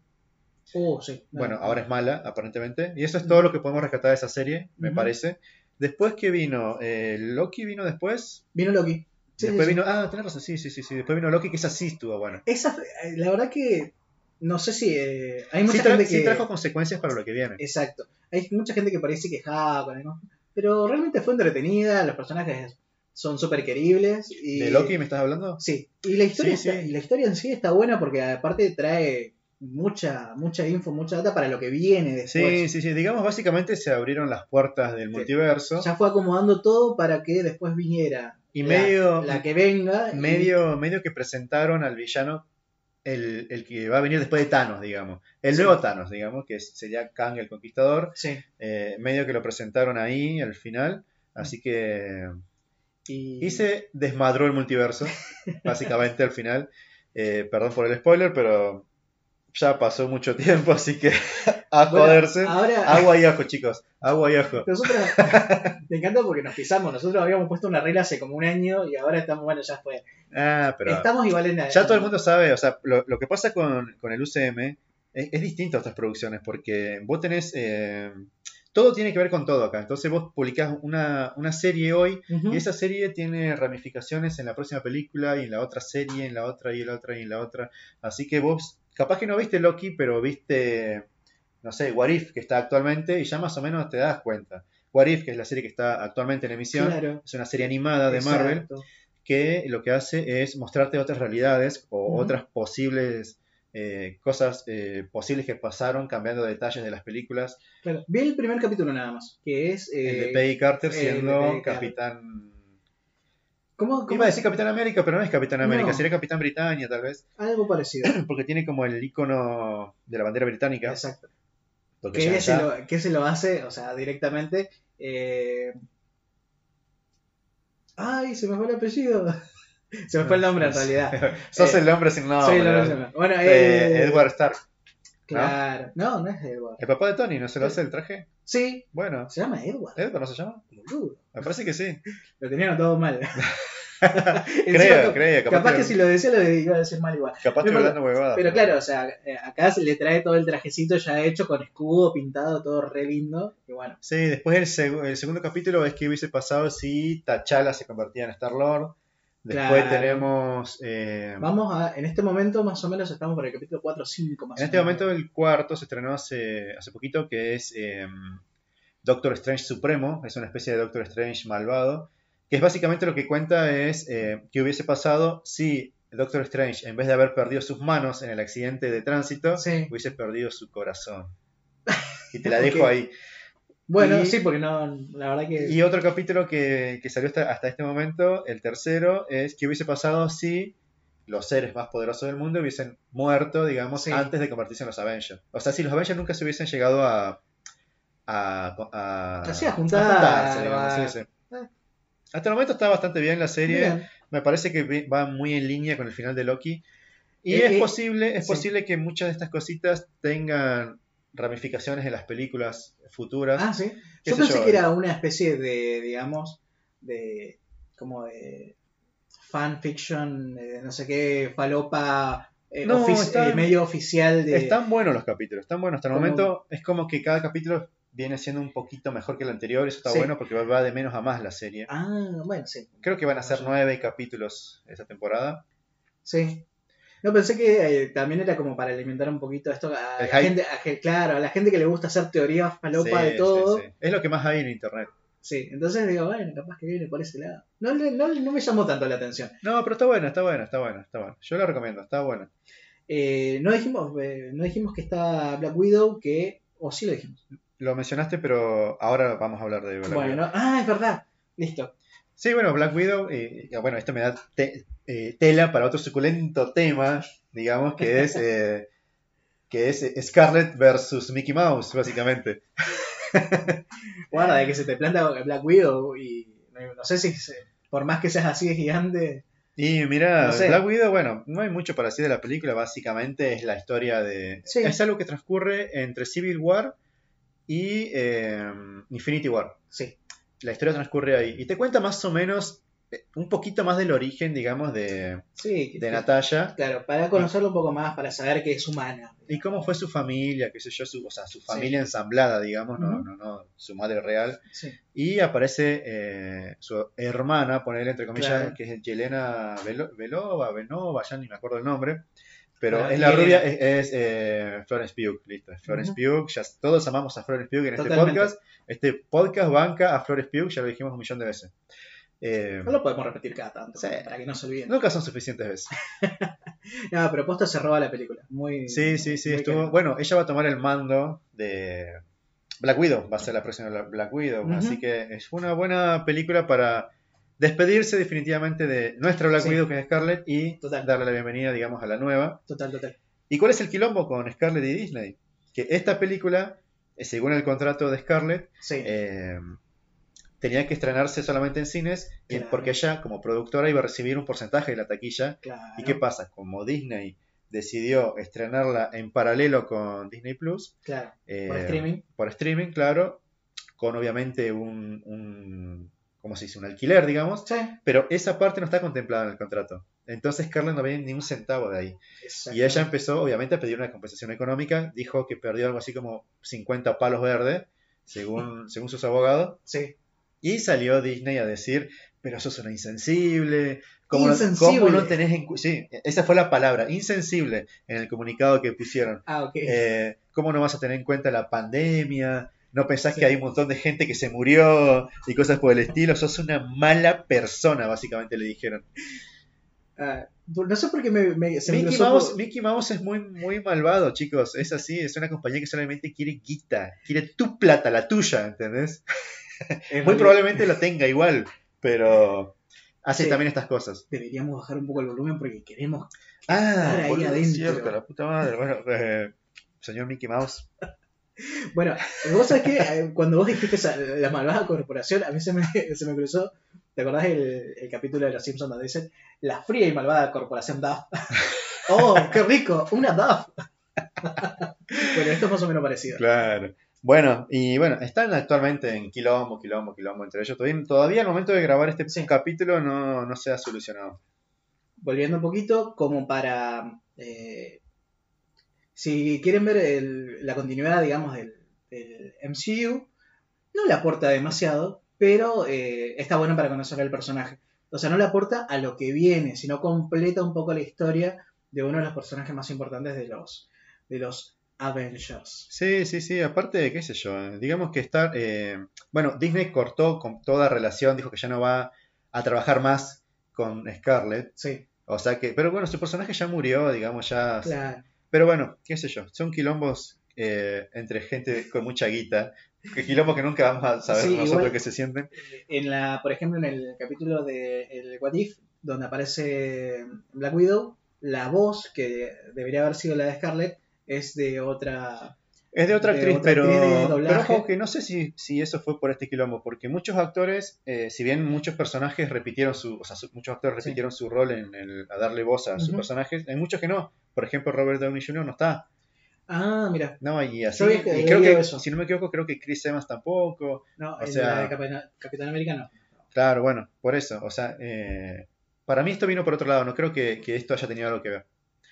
Oh, sí. no.
Bueno, ah, ahora es mala, aparentemente. Y eso es todo lo que podemos rescatar de esa serie, me
Ujú.
parece. Después que vino, eh, Loki vino después.
Vino Loki. Sí,
después
sí, sí.
vino, ah, tenés razón, sí, sí, sí, sí. Después vino Loki, que esa sí estuvo buena.
Esa, eh, la verdad que no sé si eh, hay mucha
Sí, tra-
gente
sí
que
trajo consecuencias para lo que viene.
exacto, hay mucha gente que parece quejada con algo, pero realmente fue entretenida, los personajes son súper queribles y
¿De Loki me estás hablando?
sí, y la historia
Sí,
está-
sí.
y la historia en sí está buena porque aparte trae mucha mucha info, mucha data para lo que viene
Sí,
después.
sí, sí. Digamos, básicamente se abrieron las puertas del multiverso.
Ya fue acomodando todo para que después viniera
Y
la-
medio,
la, que venga y-
medio, medio que presentaron al villano, el, el que va a venir después de Thanos, digamos. El nuevo Thanos, digamos, que sería Kang el Conquistador.
sí,
Eh, medio que lo presentaron ahí al final. Así que.
y-
Y se desmadró el multiverso, básicamente al final. Eh, perdón por el spoiler, pero ya pasó mucho tiempo, así que a
Bueno,
joderse. Ah.
ahora
Agua y ajo, chicos. Agua y ajo.
Nosotros, me encanta porque nos pisamos. Nosotros habíamos puesto una regla hace como un año y ahora estamos, bueno, ya fue.
Ah, pero.
estamos igual en la.
Ya todo el mundo sabe, o sea, lo, lo que pasa con, con el UCM es, es distinto a otras producciones, porque vos tenés. eh, todo tiene que ver con todo acá. Entonces vos publicás una, una serie hoy
Ujú.
y esa serie tiene ramificaciones en la próxima película y en la otra serie, en la otra y en la otra y en la otra. Así que vos, capaz que no viste Loki, pero viste, no sé, What If, que está actualmente, y ya más o menos te das cuenta. What If, que es la serie que está actualmente en emisión,
Claro.
es una serie animada de Marvel
Exacto.
que lo que hace es mostrarte otras realidades o
Ujú.
otras posibles eh, cosas eh, posibles que pasaron, cambiando detalles de las películas.
Claro. Vi el primer capítulo nada más, que es. eh,
el de Peggy Carter
el de
siendo
Peggy Carter.
capitán.
¿Cómo, cómo?
Iba a decir Capitán América, pero no es Capitán América,
No.
sería Capitán Britannia tal vez,
Algo parecido.
porque tiene como el icono de la bandera británica.
Exacto.
porque ya
Que se,
está.
lo, que se lo hace, o sea, directamente. eh, Ay, se me fue el apellido. Se me fue el nombre en realidad.
Sos
eh,
el hombre sin nombre.
Soy el nombre, se me- Bueno,
Eh,
eh,
Edward Stark.
Claro. No, no es Edward.
El papá de Tony, ¿no se lo hace el traje?
Sí,
Bueno,
se llama Edward.
¿Edward no se llama?
boludo.
Me parece que sí.
Lo tenían todo mal.
Creo,
Encima,
creo.
capaz que
que- Ah,
si lo decía lo iba a decir mal igual.
Capaz
No
estoy
importa.
hablando huevada.
Pero claro, o sea, eh, acá se le trae todo el trajecito ya hecho con escudo pintado, todo re lindo. Y bueno,
Sí, después el, seg- el segundo capítulo es que hubiese pasado si T'Challa se convertía en Star-Lord. Después
Claro.
tenemos... eh,
vamos a, en este momento más o menos estamos por el capítulo 4 o 5 más
en
o
este
menos.
momento el cuarto se estrenó hace, hace poquito, que es eh, Doctor Strange Supremo. Es una especie de Doctor Strange malvado. Que es básicamente lo que cuenta es eh, qué hubiese pasado si Doctor Strange, en vez de haber perdido sus manos en el accidente de tránsito,
Sí.
hubiese perdido su corazón. Y te la
Ok.
dejo ahí.
Bueno,
Y-
sí, porque no, la verdad que...
Y otro capítulo que, que salió hasta, hasta este momento, el tercero, es qué hubiese pasado si los seres más poderosos del mundo hubiesen muerto, digamos,
Sí.
antes de convertirse en los Avengers. O sea, si los Avengers nunca se hubiesen llegado a... a, a,
Así, a juntar,
digamos,
a-
sí, sí. Hasta el momento está bastante bien la serie.
Bien.
Me parece que vi- va muy en línea con el final de Loki. Y
Eh,
es
eh,
posible, es
sí.
posible que muchas de estas cositas tengan ramificaciones en las películas futuras.
Ah, sí.
Qué
Yo
sé
pensé
yo,
que
eh.
era una especie de, digamos, de... como de fanfiction, eh, no sé qué, falopa, eh,
No,
ofici-
está-
eh, medio oficial de...
Están buenos los capítulos, están buenos. Hasta el
Como-
momento es como que cada capítulo viene siendo un poquito mejor que el anterior. Eso está
Sí.
bueno porque va- va de menos a más la serie.
Ah, bueno, sí.
Creo que van a ser
Sí.
nueve capítulos esa temporada.
Sí. No, pensé que eh, también era como para alimentar un poquito esto a
El
la
hype.
gente, a gen- claro, a la gente que le gusta hacer teorías falopa
Sí,
de todo.
sí,
Sí,
sí. Es lo que más hay en internet.
entonces digo, bueno, capaz que viene por ese lado. No, le- no, no me llamó tanto la atención.
No, pero está bueno, está bueno, está bueno, está bueno. Yo lo recomiendo, está bueno.
Eh, no dijimos eh, no dijimos que está Black Widow, que... O sí lo dijimos.
lo mencionaste, pero ahora vamos a hablar de Black Widow.
Bueno, ah, es verdad. Listo.
Sí, bueno, Black Widow, eh, eh, bueno, esto me da te- eh, tela para otro suculento tema, digamos, que es, eh, que es eh, Scarlett versus Mickey Mouse, básicamente.
Guarda, de que se te planta Black Widow y no no sé si se- por más que seas así de gigante.
Y mira,
No sé.
Black Widow, bueno, no hay mucho para decir de la película, básicamente es la historia de...
Sí.
Es algo que transcurre entre Civil War y eh, Infinity War.
Sí.
La historia transcurre ahí. Y te cuenta más o menos, eh, un poquito más del origen, digamos, de,
Sí.
de Natasha
Claro, para conocerlo un poco más, para saber que es humana.
y cómo fue su familia, qué sé yo, su, o sea, su familia ensamblada, digamos, no,
Ujú.
no, no, su madre real.
Sí.
Y aparece eh, su hermana, ponerle entre comillas,
Claro.
que es Yelena Velo- Velova, Venova, ya ni me acuerdo el nombre. Pero
Claro,
es la
Yelena.
rubia, es, es, eh, Florence Pugh, listo. es Florence
Ujú.
Pugh, ya todos amamos a Florence Pugh en
Totalmente.
este podcast. Este podcast banca a Florence Pugh, ya lo dijimos un millón de veces. Eh,
No lo podemos repetir cada tanto,
Sí.
para que no se olviden.
nunca son suficientes veces.
No, pero posta se roba la película. Muy,
Sí, sí, sí,
muy
estuvo.
caro.
Bueno, ella va a tomar el mando de Black Widow, va a ser la próxima Bla- Black Widow,
Ujú.
así que es una buena película para despedirse definitivamente de nuestra Black
Sí.
Widow que es Scarlett y
Total.
darle la bienvenida, digamos, a la nueva.
Total, total.
¿Y cuál es el quilombo con Scarlett y Disney? Que esta película, eh, según el contrato de Scarlett,
Sí.
eh, tenía que estrenarse solamente en cines y-
Claro.
porque ella como productora iba a recibir un porcentaje de la taquilla
claro.
¿Y qué pasa? Como Disney decidió estrenarla en paralelo con Disney Plus,
Claro.
eh,
Por streaming.
por streaming, claro, con obviamente un, un ¿cómo se dice? Un alquiler, digamos,
Sí.
pero esa parte no está contemplada en el contrato. Entonces Carla no veía ni un centavo de ahí. Y ella empezó, obviamente, a pedir una compensación económica, dijo que perdió algo así como 50 palos verdes, según, según sus abogados,
Sí.
y salió Disney a decir, pero sos una insensible, ¿cómo, no-
Insensible.
cómo no tenés en cu- Sí, esa fue la palabra, insensible, en el comunicado que pusieron.
Ah, ok.
Eh, ¿Cómo no vas a tener en cuenta la pandemia? ¿No pensás
Sí.
que hay un montón de gente que se murió y cosas por el estilo? Sos una mala persona, básicamente le dijeron.
Ah, no sé por qué me, me- se me
Mickey
cruzó
Mouse,
por-
Mickey Mouse es muy, muy malvado, chicos. Es así, es una compañía que solamente quiere guita, quiere tu plata, la tuya, ¿entendés?
en
Muy
realidad,
probablemente lo tenga igual, pero hace
Sí.
también estas cosas.
Deberíamos bajar un poco el volumen porque queremos.
Ah,
ahí
boludo, es
adentro.
cierto, la puta madre. Bueno, eh, señor Mickey Mouse.
Bueno, vos sabés que eh, cuando vos dijiste esa- la malvada corporación, a mí se me, se me cruzó. ¿Te acordás el, el capítulo de Los Simpsons donde dicen la fría y malvada corporación DAF? ¡Oh, qué rico! ¡Una DAF! bueno, esto es más o menos parecido.
Claro. Bueno, y bueno, están actualmente en quilombo, quilombo, quilombo entre ellos. Todavía, todavía al momento de grabar este
Sí.
capítulo no, no se ha solucionado.
volviendo un poquito, como para. eh, si quieren ver el- la continuidad, digamos, del, del MCU, no le aporta demasiado, pero eh, está bueno para conocer al personaje. O sea, no le aporta a lo que viene, sino completa un poco la historia de uno de los personajes más importantes de los, de los Avengers.
Sí, sí, sí. Aparte, qué sé yo, eh, digamos que estar. eh, bueno, Disney cortó con toda relación, dijo que ya no va a trabajar más con Scarlett.
Sí,
O sea que, pero bueno, su personaje ya murió, digamos, ya
claro.
Pero bueno, qué sé yo, son quilombos eh, entre gente con mucha guita, que quilombos que nunca vamos a saber
Sí,
nosotros
igual-
que se sienten.
En la, por ejemplo, en el capítulo de el What If, donde aparece Black Widow, la voz que debería haber sido la de Scarlett es de otra.
Es de otra
De
actriz,
otra
pero,
actriz de
pero
doblaje.
ojo que no sé si, si eso fue por este quilombo, porque muchos actores, eh, si bien muchos personajes repitieron su, o sea, su- muchos actores
Sí.
repitieron su rol en el, a darle voz a sus
Ujú.
personajes, hay muchos que no. Por ejemplo, Robert Downey Jr. no está,
Ah, mira,
no, y así.
Yo había-
y
había
creo
leído
que,
eso.
si no me equivoco, creo que Chris Evans tampoco.
no,
O
en
sea-
la de Capitán, Capitán Americano.
Claro, bueno, por eso. O sea, eh, para mí esto vino por otro lado, no creo que, que esto haya tenido algo que ver.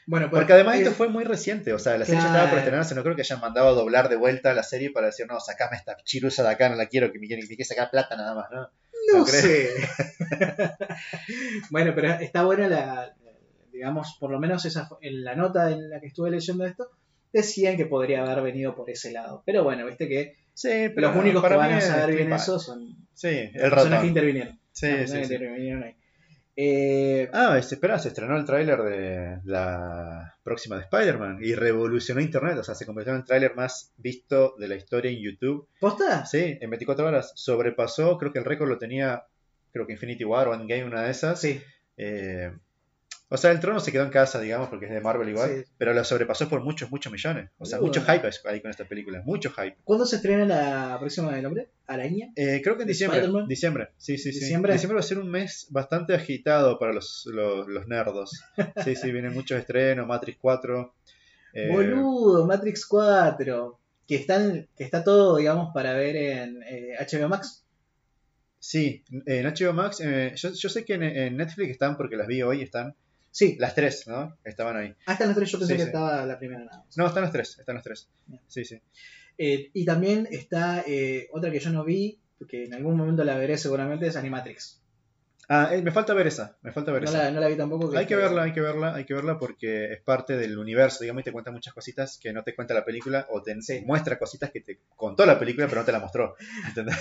Bueno, pues,
Porque además
eh,
esto fue muy reciente, o sea, la serie ya estaba
Claro.
por estrenarse, no creo que hayan mandado a doblar de vuelta la serie para decir, no, sacame esta chirusa de acá, no la quiero, que me quiere, me quiere sacar plata nada más, ¿no?
No
no creo.
sé. bueno, pero está buena la. Digamos, por lo menos esa, fue- en la nota en la que estuve leyendo esto, decían que podría haber venido por ese lado. Pero bueno, viste que
Sí, pero
los únicos que
para
van
mí
a
es
saber bien
tripa.
eso son
Sí, el
las personas que
ratón.
intervinieron.
Sí,
Las personas
sí,
que
sí.
intervinieron ahí. Eh,
Ah, es- espera, se estrenó el tráiler de la próxima de Spider-Man y revolucionó Internet, o sea, se convirtió en el tráiler más visto de la historia en YouTube.
¿Posta?
Sí, en 24 horas sobrepasó, creo que el récord lo tenía, creo que Infinity War o Endgame, una de esas.
Sí.
Eh, o sea, el trono se quedó en casa, digamos, porque es de Marvel igual,
Sí.
pero lo sobrepasó por muchos, muchos millones. O sea,
Boludo.
mucho hype ahí con esta película, mucho hype.
¿Cuándo se estrena la próxima del hombre? ¿Araña?
Eh, creo que en diciembre.
¿Spider-Man?
Diciembre. Sí, sí, sí.
¿Diciembre?
va a ser un mes bastante agitado para los, los, los nerdos. Sí, sí, vienen muchos estrenos, Matrix 4. eh,
Boludo, Matrix 4. Que, están, que está todo, digamos, para ver en eh, HBO Max.
sí, en HBO Max, eh, yo, yo sé que en, en Netflix están, porque las vi hoy, están
Sí,
las tres, ¿no? Estaban ahí.
hasta las tres yo pensé
Sí,
que
sí.
estaba la primera nada más.
No, están las tres, están las tres. Sí, sí.
Eh, y también está eh, otra que yo no vi, que en algún momento la veré seguramente, es Animatrix.
Ah, eh, me falta ver esa, me falta ver
No
esa.
la, no la vi tampoco.
Hay que verla, hay que verla, hay que verla porque es parte del universo, digamos, y te cuenta muchas cositas que no te cuenta la película o te
Sí.
muestra cositas que te contó la película pero no te la mostró. ¿entendés?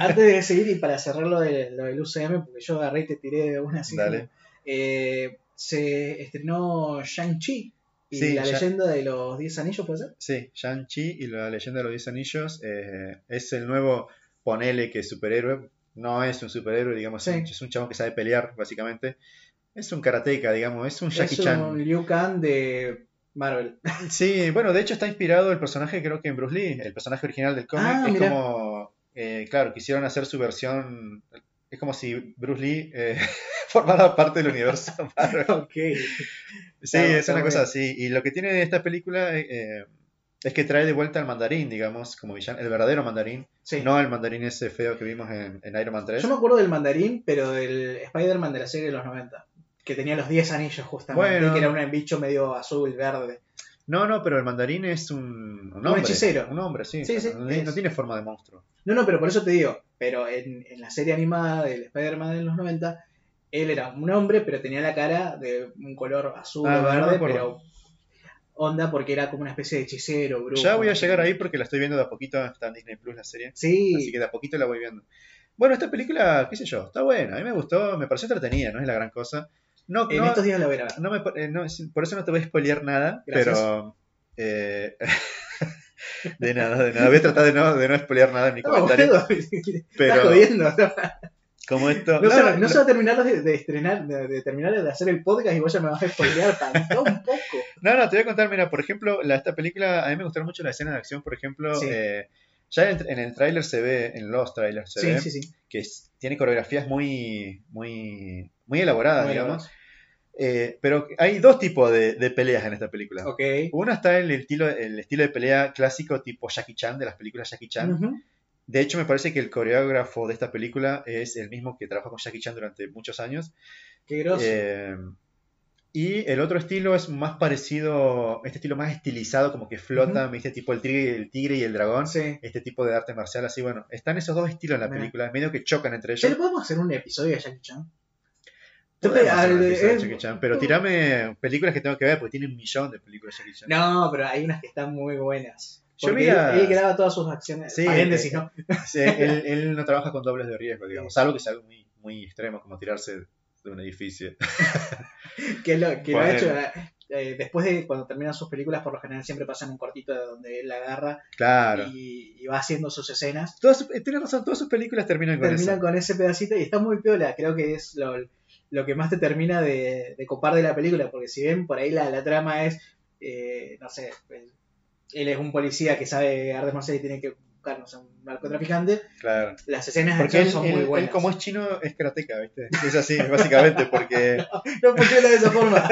Antes de seguir y para cerrar lo, de, lo del UCM, porque yo agarré y te tiré de una así.
Dale.
Eh, se estrenó Shang-Chi y
Sí,
la
ya-
leyenda de los 10 anillos, ¿puede ser?
Sí, Shang-Chi y la leyenda de los 10 anillos eh, es el nuevo, ponele que superhéroe, no es un superhéroe, digamos, es
Sí.
un- es un chabón que sabe pelear, básicamente. Es un karateca, digamos, es un Jackie
es un
Chan.
Liu Kang de Marvel.
Sí, bueno, de hecho está inspirado el personaje, creo que en Bruce Lee, el personaje original del cómic.
Ah,
es
mirá.
como, eh, claro, quisieron hacer su versión, es como si Bruce Lee eh, formara parte del universo Marvel.
ok.
Sí,
Claro,
es
está
una
muy
cosa
bien.
así. Y lo que tiene esta película eh, es que trae de vuelta al mandarín, digamos, como villano, el verdadero mandarín,
Sí.
no el mandarín ese feo que vimos en, en Iron Man 3.
Yo me acuerdo del mandarín, pero del Spider-Man de la serie de los 90, que tenía los 10 anillos justamente,
Bueno.
que era un bicho medio azul, verde.
No, no, pero el mandarín es un, un hombre.
hechicero.
Un hombre, sí.
Sí, sí,
no, no
es.
tiene forma de monstruo.
No, no, pero por eso te digo, pero en, en la serie animada del Spider-Man de los 90, él era un hombre, pero tenía la cara de un color azul
Ah,
o
no me
verde,
acuerdo.
pero onda porque era como una especie de hechicero, brujo.
Ya voy a llegar ahí porque la estoy viendo de a poquito, está en Disney Plus la serie. Así
Sí,
que de a poquito la voy viendo. Bueno, esta película, qué sé yo, está buena. A mí me gustó, me pareció entretenida, no es la gran cosa. No,
en
no,
estos días la verá.
no me pa- eh, no, sí, por eso no te voy a spoilear nada,
Gracias.
pero... eh, de nada, de nada. Voy a tratar de no, de no spoilear nada en mi
No,
comentario.
boludo, estás
pero
jodiendo. No,
como esto...
se, va-
no,
no se va a terminar de, de estrenar, de, de terminar de hacer el podcast y vos ya me vas a spoilear tanto un poco.
No, no, te voy a contar, mira, por ejemplo, la, esta película, a mí me gustaron mucho las escenas de acción, por ejemplo,
Sí.
eh, ya en, el- en el tráiler se ve, en los trailers se
Sí,
ve,
sí, sí.
que es- tiene coreografías muy, muy, muy elaboradas,
Bueno,
Ah, digamos. Eh, pero hay dos tipos de, de peleas en esta película.
Ok.
Una está en el estilo, el estilo de pelea clásico tipo Jackie Chan, de las películas Jackie Chan.
Ujú.
De hecho, me parece que el coreógrafo de esta película es el mismo que trabajó con Jackie Chan durante muchos años.
Qué groso.
Eh, y el otro estilo es más parecido, este estilo más estilizado, como que flota, me dice tipo el tigre, el tigre y el dragón.
Sí.
Este tipo de arte marcial, así bueno, están esos dos estilos en la
Mirá.
película, medio que chocan entre
¿Ya
ellos.
le podemos hacer un episodio de Jackie Chan?
Podemos hacer
Al-
un episodio de
es-
Jackie Chan, pero tirame películas que tengo que ver, porque tiene un millón de películas de Jackie Chan.
No, pero hay unas que están muy buenas.
Yo
Porque
vi las-
él, él graba todas sus acciones.
Sí,
paréntesis,
eh,
¿no?
Sí, él, él no trabaja con dobles de riesgo, digamos, salvo que sea algo muy, muy extremo, como tirarse de un edificio.
Que lo, que lo ha
ponele.
hecho. eh, después de cuando terminan sus películas, por lo general siempre pasan un cortito de donde él la agarra
Claro.
y, y va haciendo sus escenas.
Todas, sus- eh, tienes razón, todas sus películas terminan con
Terminan
eso.
con ese pedacito y está muy piola. Creo que es lo, lo que más te termina de, de copar de la película. Porque si bien por ahí la, la trama es, eh, no sé, él- él es un policía que sabe artes marciales y tiene que buscar, no sé, un narcotraficante.
Claro.
Las escenas de
Porque
acción
él,
Ah, son
él-
muy
él
buenas.
como es chino, es karateca, ¿viste? Es así, básicamente, porque,
No, ¿por qué habla de esa forma?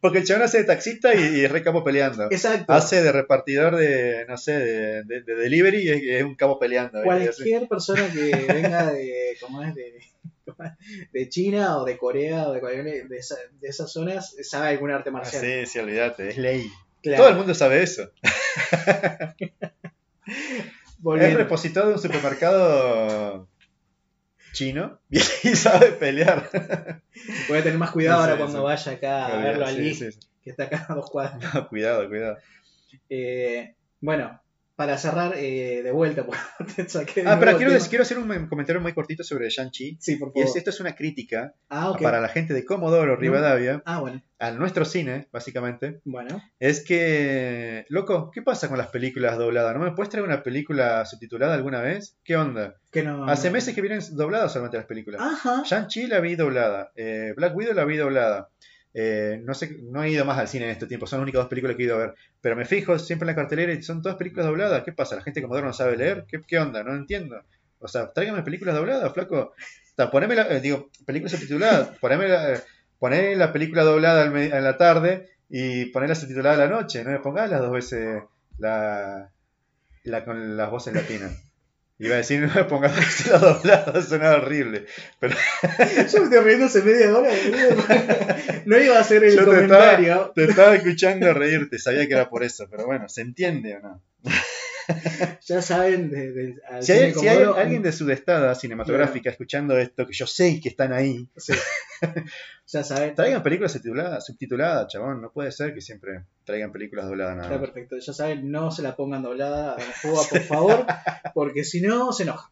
porque el chabón hace de taxista y, y es re capo peleando.
Exacto.
Hace de repartidor de, no sé, de, de- de delivery y es, es un capo peleando. ¿viste? Y así.
Cualquier persona que venga de, ¿cómo es? De, ¿cómo es? de China o de Corea o de, cualquier- de, esa- de esas zonas sabe algún arte
Ah,
marcial.
Sí, sí, olvídate, es ley.
Claro.
Todo el mundo sabe eso. Es
Volviendo.
repositor de un supermercado chino y sabe pelear.
Voy a tener más cuidado ahora
Sí,
cuando
sí.
vaya acá a verlo a
Sí, Ah,
Lee,
sí, sí.
que está acá a dos cuadras.
No, cuidado, cuidado.
Eh, bueno, para cerrar eh, de vuelta, porque te saqué de
Ah, pero
nuevo
quiero,
el
decir-
tema.
quiero hacer un comentario muy cortito sobre Shang-Chi.
Sí, por
Y
favor.
es- esto es una crítica
Oh. Ah, ok.
para la gente de Comodoro, Rivadavia,
Ah, bueno.
a nuestro cine, básicamente.
Bueno.
Es que, loco, ¿qué pasa con las películas dobladas? ¿No me puedes traer una película subtitulada alguna vez? ¿Qué onda?
Que no...
Hace meses que vienen dobladas solamente las películas.
Ajá.
Shang-Chi la vi doblada. eh, Black Widow la vi doblada. eh, no sé, no he ido más al cine en este tiempo, son las únicas dos películas que he ido a ver. Pero me fijo siempre en la cartelera y son todas películas dobladas. ¿Qué pasa? ¿La gente como no sabe leer? ¿Qué, qué onda? No entiendo. O sea, tráigame películas dobladas, flaco. O sea, poneme la, eh, digo, películas subtituladas. Poneme la, eh, poné la película doblada al me- en la tarde y ponerla subtitulada a la noche. No me pongas las dos veces la, la con las voces latinas. Iba a decir, no me pongas las veces la doblada, sonaba horrible.
Yo me estoy riendo hace media hora. boludo. No iba a hacer el
Yo te estaba-
comentario.
Te estaba escuchando reírte, sabía que era por eso, pero bueno, ¿se entiende o no?
Ya saben, de, de- al
Si hay,
cine mm.
si hay
Comodoro,
alguien de sudestada cinematográfica escuchando esto, que yo sé que están ahí,
sí. Ya saben.
traigan películas subtituladas, subtituladas, chabón, no puede ser que siempre traigan películas dobladas nada
Está
más.
perfecto. Ya saben, no se la pongan doblada a Cuba, por favor, porque si no, se enoja.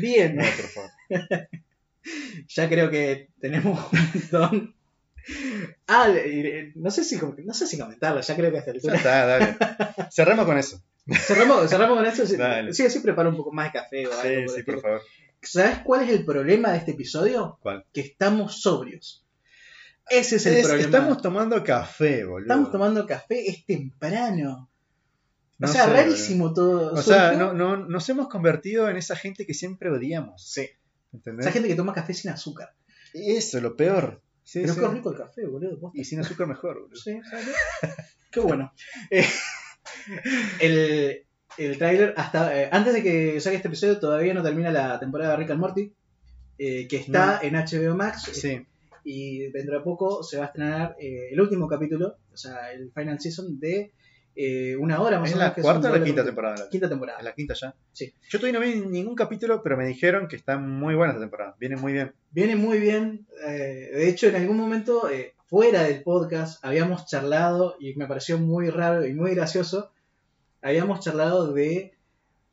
Bien,
No, por favor.
ya creo que tenemos un montón. Ah, eh, no sé si, com- no sé si comentarlo, ya creo que a esta
Ya
altura.
está, dale. Cerramos con eso.
Cerramos, cerramos con esto. Sí,
Dale.
sí, sí, preparo un poco más de café o algo. por
Sí, sí,
el
por
estilo.
favor.
¿Sabes cuál es el problema de este episodio?
¿Cuál?
Que estamos sobrios. Ese es el
Es-
problema.
estamos tomando café, boludo.
Estamos tomando café, es temprano.
No
o sea,
sé,
rarísimo todo.
boludo. O sea,
surgió.
no, no, nos hemos convertido en esa gente que siempre odiamos.
Sí.
¿Entendés?
Esa gente que toma café sin azúcar.
Eso, lo peor. Sí,
Pero
sí.
qué rico el café, boludo. posta.
Y sin azúcar mejor, boludo.
Sí, ¿sabes? Qué bueno. Eh, el el tráiler, hasta eh, antes de que salga este episodio, todavía no termina la temporada de Rick and Morty, eh, que está en HBO Max. eh,
Sí.
Y dentro de poco se va a estrenar eh, el último capítulo, o sea, el final season de eh, una hora más
¿Es
o menos.
la
que
cuarta
un
o la
doble
quinta
capítulo.
temporada?
Quinta temporada.
Es la quinta ya.
Sí.
Yo todavía no vi ningún capítulo, pero me dijeron que está muy buena esta temporada. Viene muy bien.
Viene muy bien. eh, de hecho, en algún momento, eh, fuera del podcast, habíamos charlado, y me pareció muy raro y muy gracioso, habíamos charlado de...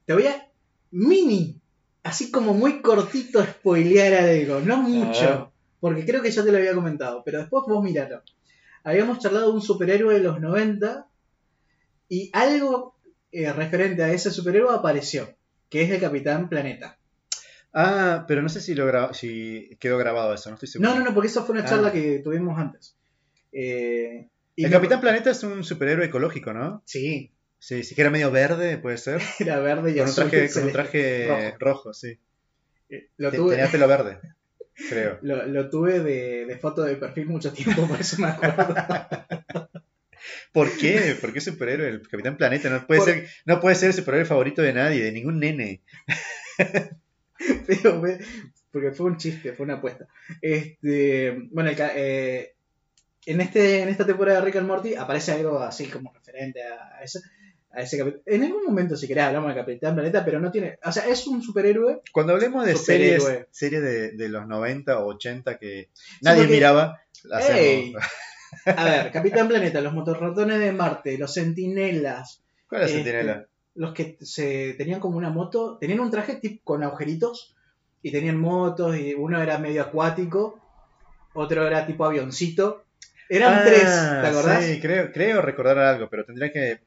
Te voy a mini, así como muy cortito, spoilear algo, no
ver.
mucho, porque creo que ya te lo había comentado, pero después vos miralo. Habíamos charlado de un superhéroe de los 90 y algo eh, referente a ese superhéroe apareció, que es el Capitán Planeta.
Ah, pero no sé si, lo gra- si quedó grabado eso, no estoy seguro.
No, no, no, porque esa fue una
Ah.
charla que tuvimos antes. Eh, y
El
me-
Capitán Planeta es un superhéroe ecológico, ¿no?
Sí,
Sí, si que era medio verde, puede ser.
era verde y
Con un
azul.
traje, con un
celeste.
traje rojo. sí.
Eh, Lo
Te-
tuve,
Tenía pelo verde, creo.
lo, lo tuve de, de foto de perfil mucho tiempo, por eso me acuerdo.
¿Por qué? ¿Por qué superhéroe? El Capitán Planeta no puede,
Por-
ser, no puede ser el superhéroe favorito de nadie, de ningún nene.
Pero me- porque fue un chiste, fue una apuesta. Este, bueno, el ca- eh, en, este, en esta temporada de Rick and Morty aparece algo así como referente a, a ese, a ese capitán. En algún momento, si querés, hablamos de Capitán Planeta, pero no tiene. O sea, es un superhéroe
Cuando hablemos de
Superhéroe.
series, series de, de los 90 o 80 que nadie
porque-
miraba, hacemos-
Ey. A ver, Capitán Planeta, los motorratones de Marte, los sentinelas,
¿Cuál es la
Este,
sentinela?
los que se tenían como una moto, tenían un traje tipo con agujeritos y tenían motos y uno era medio acuático, otro era tipo avioncito. Eran
Ah,
tres, ¿te acordás?
Sí, creo, creo recordar algo, pero tendría que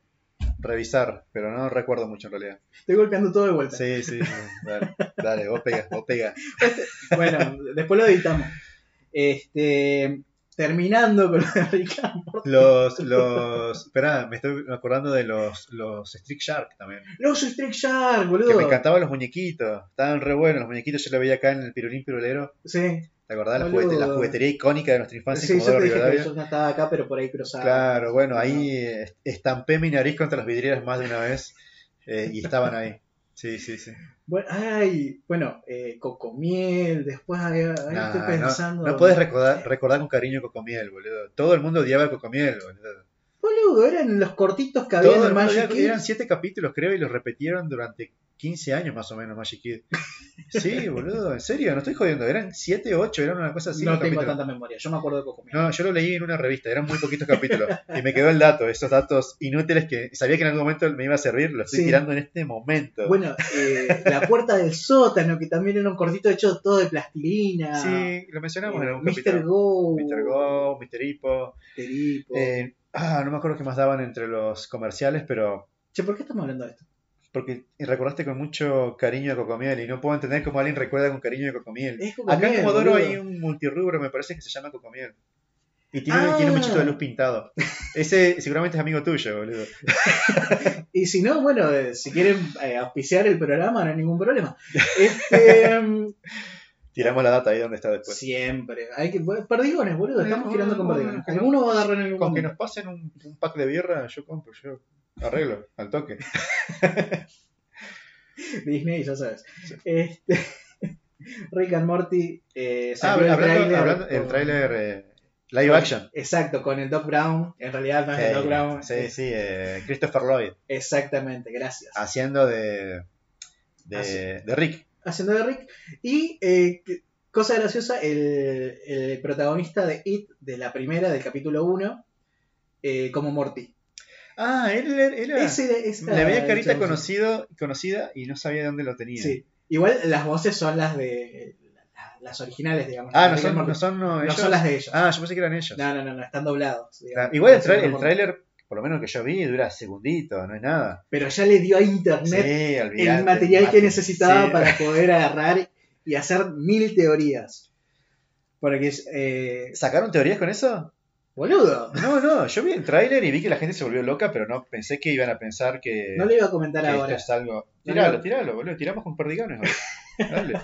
revisar, pero no recuerdo mucho en realidad.
Estoy golpeando todo de vuelta.
Sí, sí, sí, dale, dale, vos pegas, vos pegas.
Bueno, después lo editamos. Este, terminando con lo de Ricardo.
Los, los, espera, me estoy acordando de los, los Street Shark también,
Los Street Shark,
que
boludo.
me encantaban los muñequitos, estaban re buenos los muñequitos, yo los veía acá en el pirulín pirulero,
Sí,
¿te acordás? La,
Boludo.
juguete- la juguetería icónica de nuestra infancia
sí
en
yo te
Comodoro
dije que
Rivadavia.
yo no estaba acá, pero por ahí cruzaba.
Claro, bueno, ahí eh, estampé mi nariz contra las vidrieras más de una vez eh, y estaban ahí. Sí, sí, sí.
Bueno, ay, bueno, eh, Cocomiel, después ahí, ahí
Nah,
estoy
no-
pensando.
No, puedes recordar, recordar con cariño Cocomiel, boludo. Todo el mundo odiaba a Cocomiel, boludo.
Boludo, eran los cortitos que había
Todo
en
el mundo
Magic
odiaba-
Kids.
eran siete capítulos, creo, y los repetieron durante 15 años más o menos Magic Kid. Sí, boludo, en serio, no estoy jodiendo. Eran 7, 8, eran una cosa así.
no
los
tengo
capítulos.
tanta memoria, yo me acuerdo de Coco
No, yo lo leí en una revista, eran muy poquitos capítulos. y me quedó el dato, esos datos inútiles que sabía que en algún momento me iba a servir, los estoy
Sí.
tirando en este momento.
Bueno, eh, la puerta del sótano, que también era un cortito hecho todo de plastilina.
sí, lo mencionamos
Eh,
en algún
Mr.
capítulo.
Go. este
Mr. Go, Mr. Hippo.
Mr. Hippo.
eh, ah, no me acuerdo qué más daban entre los comerciales, pero.
Che, ¿por qué estamos hablando de esto?
Porque recordaste con mucho cariño de Cocomiel y no puedo entender cómo alguien recuerda con cariño de Cocomiel.
Es Coco
Acá en
Miel,
Comodoro
boludo.
hay un multirrubro, me parece que se llama Cocomiel. Y tiene,
Ah.
tiene un mechito de luz pintado. Ese seguramente es amigo tuyo, boludo.
Y si no, bueno, eh, si quieren eh, auspiciar el programa, no hay ningún problema. Este, em,
Tiramos la data ahí donde está después.
siempre. Hay que, bueno, perdigones, boludo. Estamos
No,
tirando con
no,
perdigones.
no, no.
Alguno va a agarrar en algún
Con que
momento.
nos pasen un, un pack de birra, yo compro, yo arreglo, al toque.
Disney, ya sabes. Este, Rick and Morty. Eh, salió
Ah,
el
hablando,
tráiler
hablando-
con-
el tráiler eh, live action.
Exacto, con el Doc Brown. En realidad no es el Doc Brown.
sí, sí, eh, Christopher Lloyd,
Exactamente, gracias.
haciendo de, de,
Hace-
de Rick.
haciendo de Rick. Y eh, que- cosa graciosa, el, el protagonista de It, de la primera, del capítulo 1, eh, como Morty.
Ah, él, él- él era...
Ese era- ese era
Le veía
el
carita
chabón.
conocido, conocida y no sabía de dónde lo tenía.
Sí. Igual las voces son las de la- las originales, digamos.
Ah, no
Rick and
son,
Morty.
no son no,
No
ellos.
son las de ellos.
Ah, yo pensé que eran ellos.
No, no, no, no, están doblados. digamos.
Claro, Igual el,
Así que
tra- el
no-
tráiler, por lo menos que yo vi, dura segundito, no es nada.
Pero ya le dio a internet
Sí, olvídate,
el material
mate.
que necesitaba
Sí.
para poder agarrar y hacer mil teorías. Porque es. eh,
¿Sacaron teorías con eso?
boludo.
No, no, yo vi el tráiler y vi que la gente se volvió loca, pero no pensé que iban a pensar que,
No le iba a comentar
que esto
ahora.
es algo.
No,
Tiralo,
no.
tiralo, boludo, tiramos con perdigones. hoy. Dale.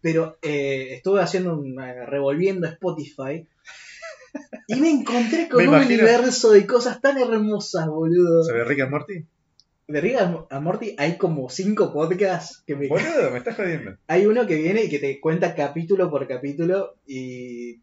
pero eh, estuve haciendo una- revolviendo Spotify y me encontré con
Me
un
imagino.
universo de cosas tan hermosas, boludo.
¿Sobre Rick and Morty?
De Rick and- a Morty hay como cinco podcasts que me-
Boludo, me estás jodiendo.
hay uno que viene y que te cuenta capítulo por capítulo y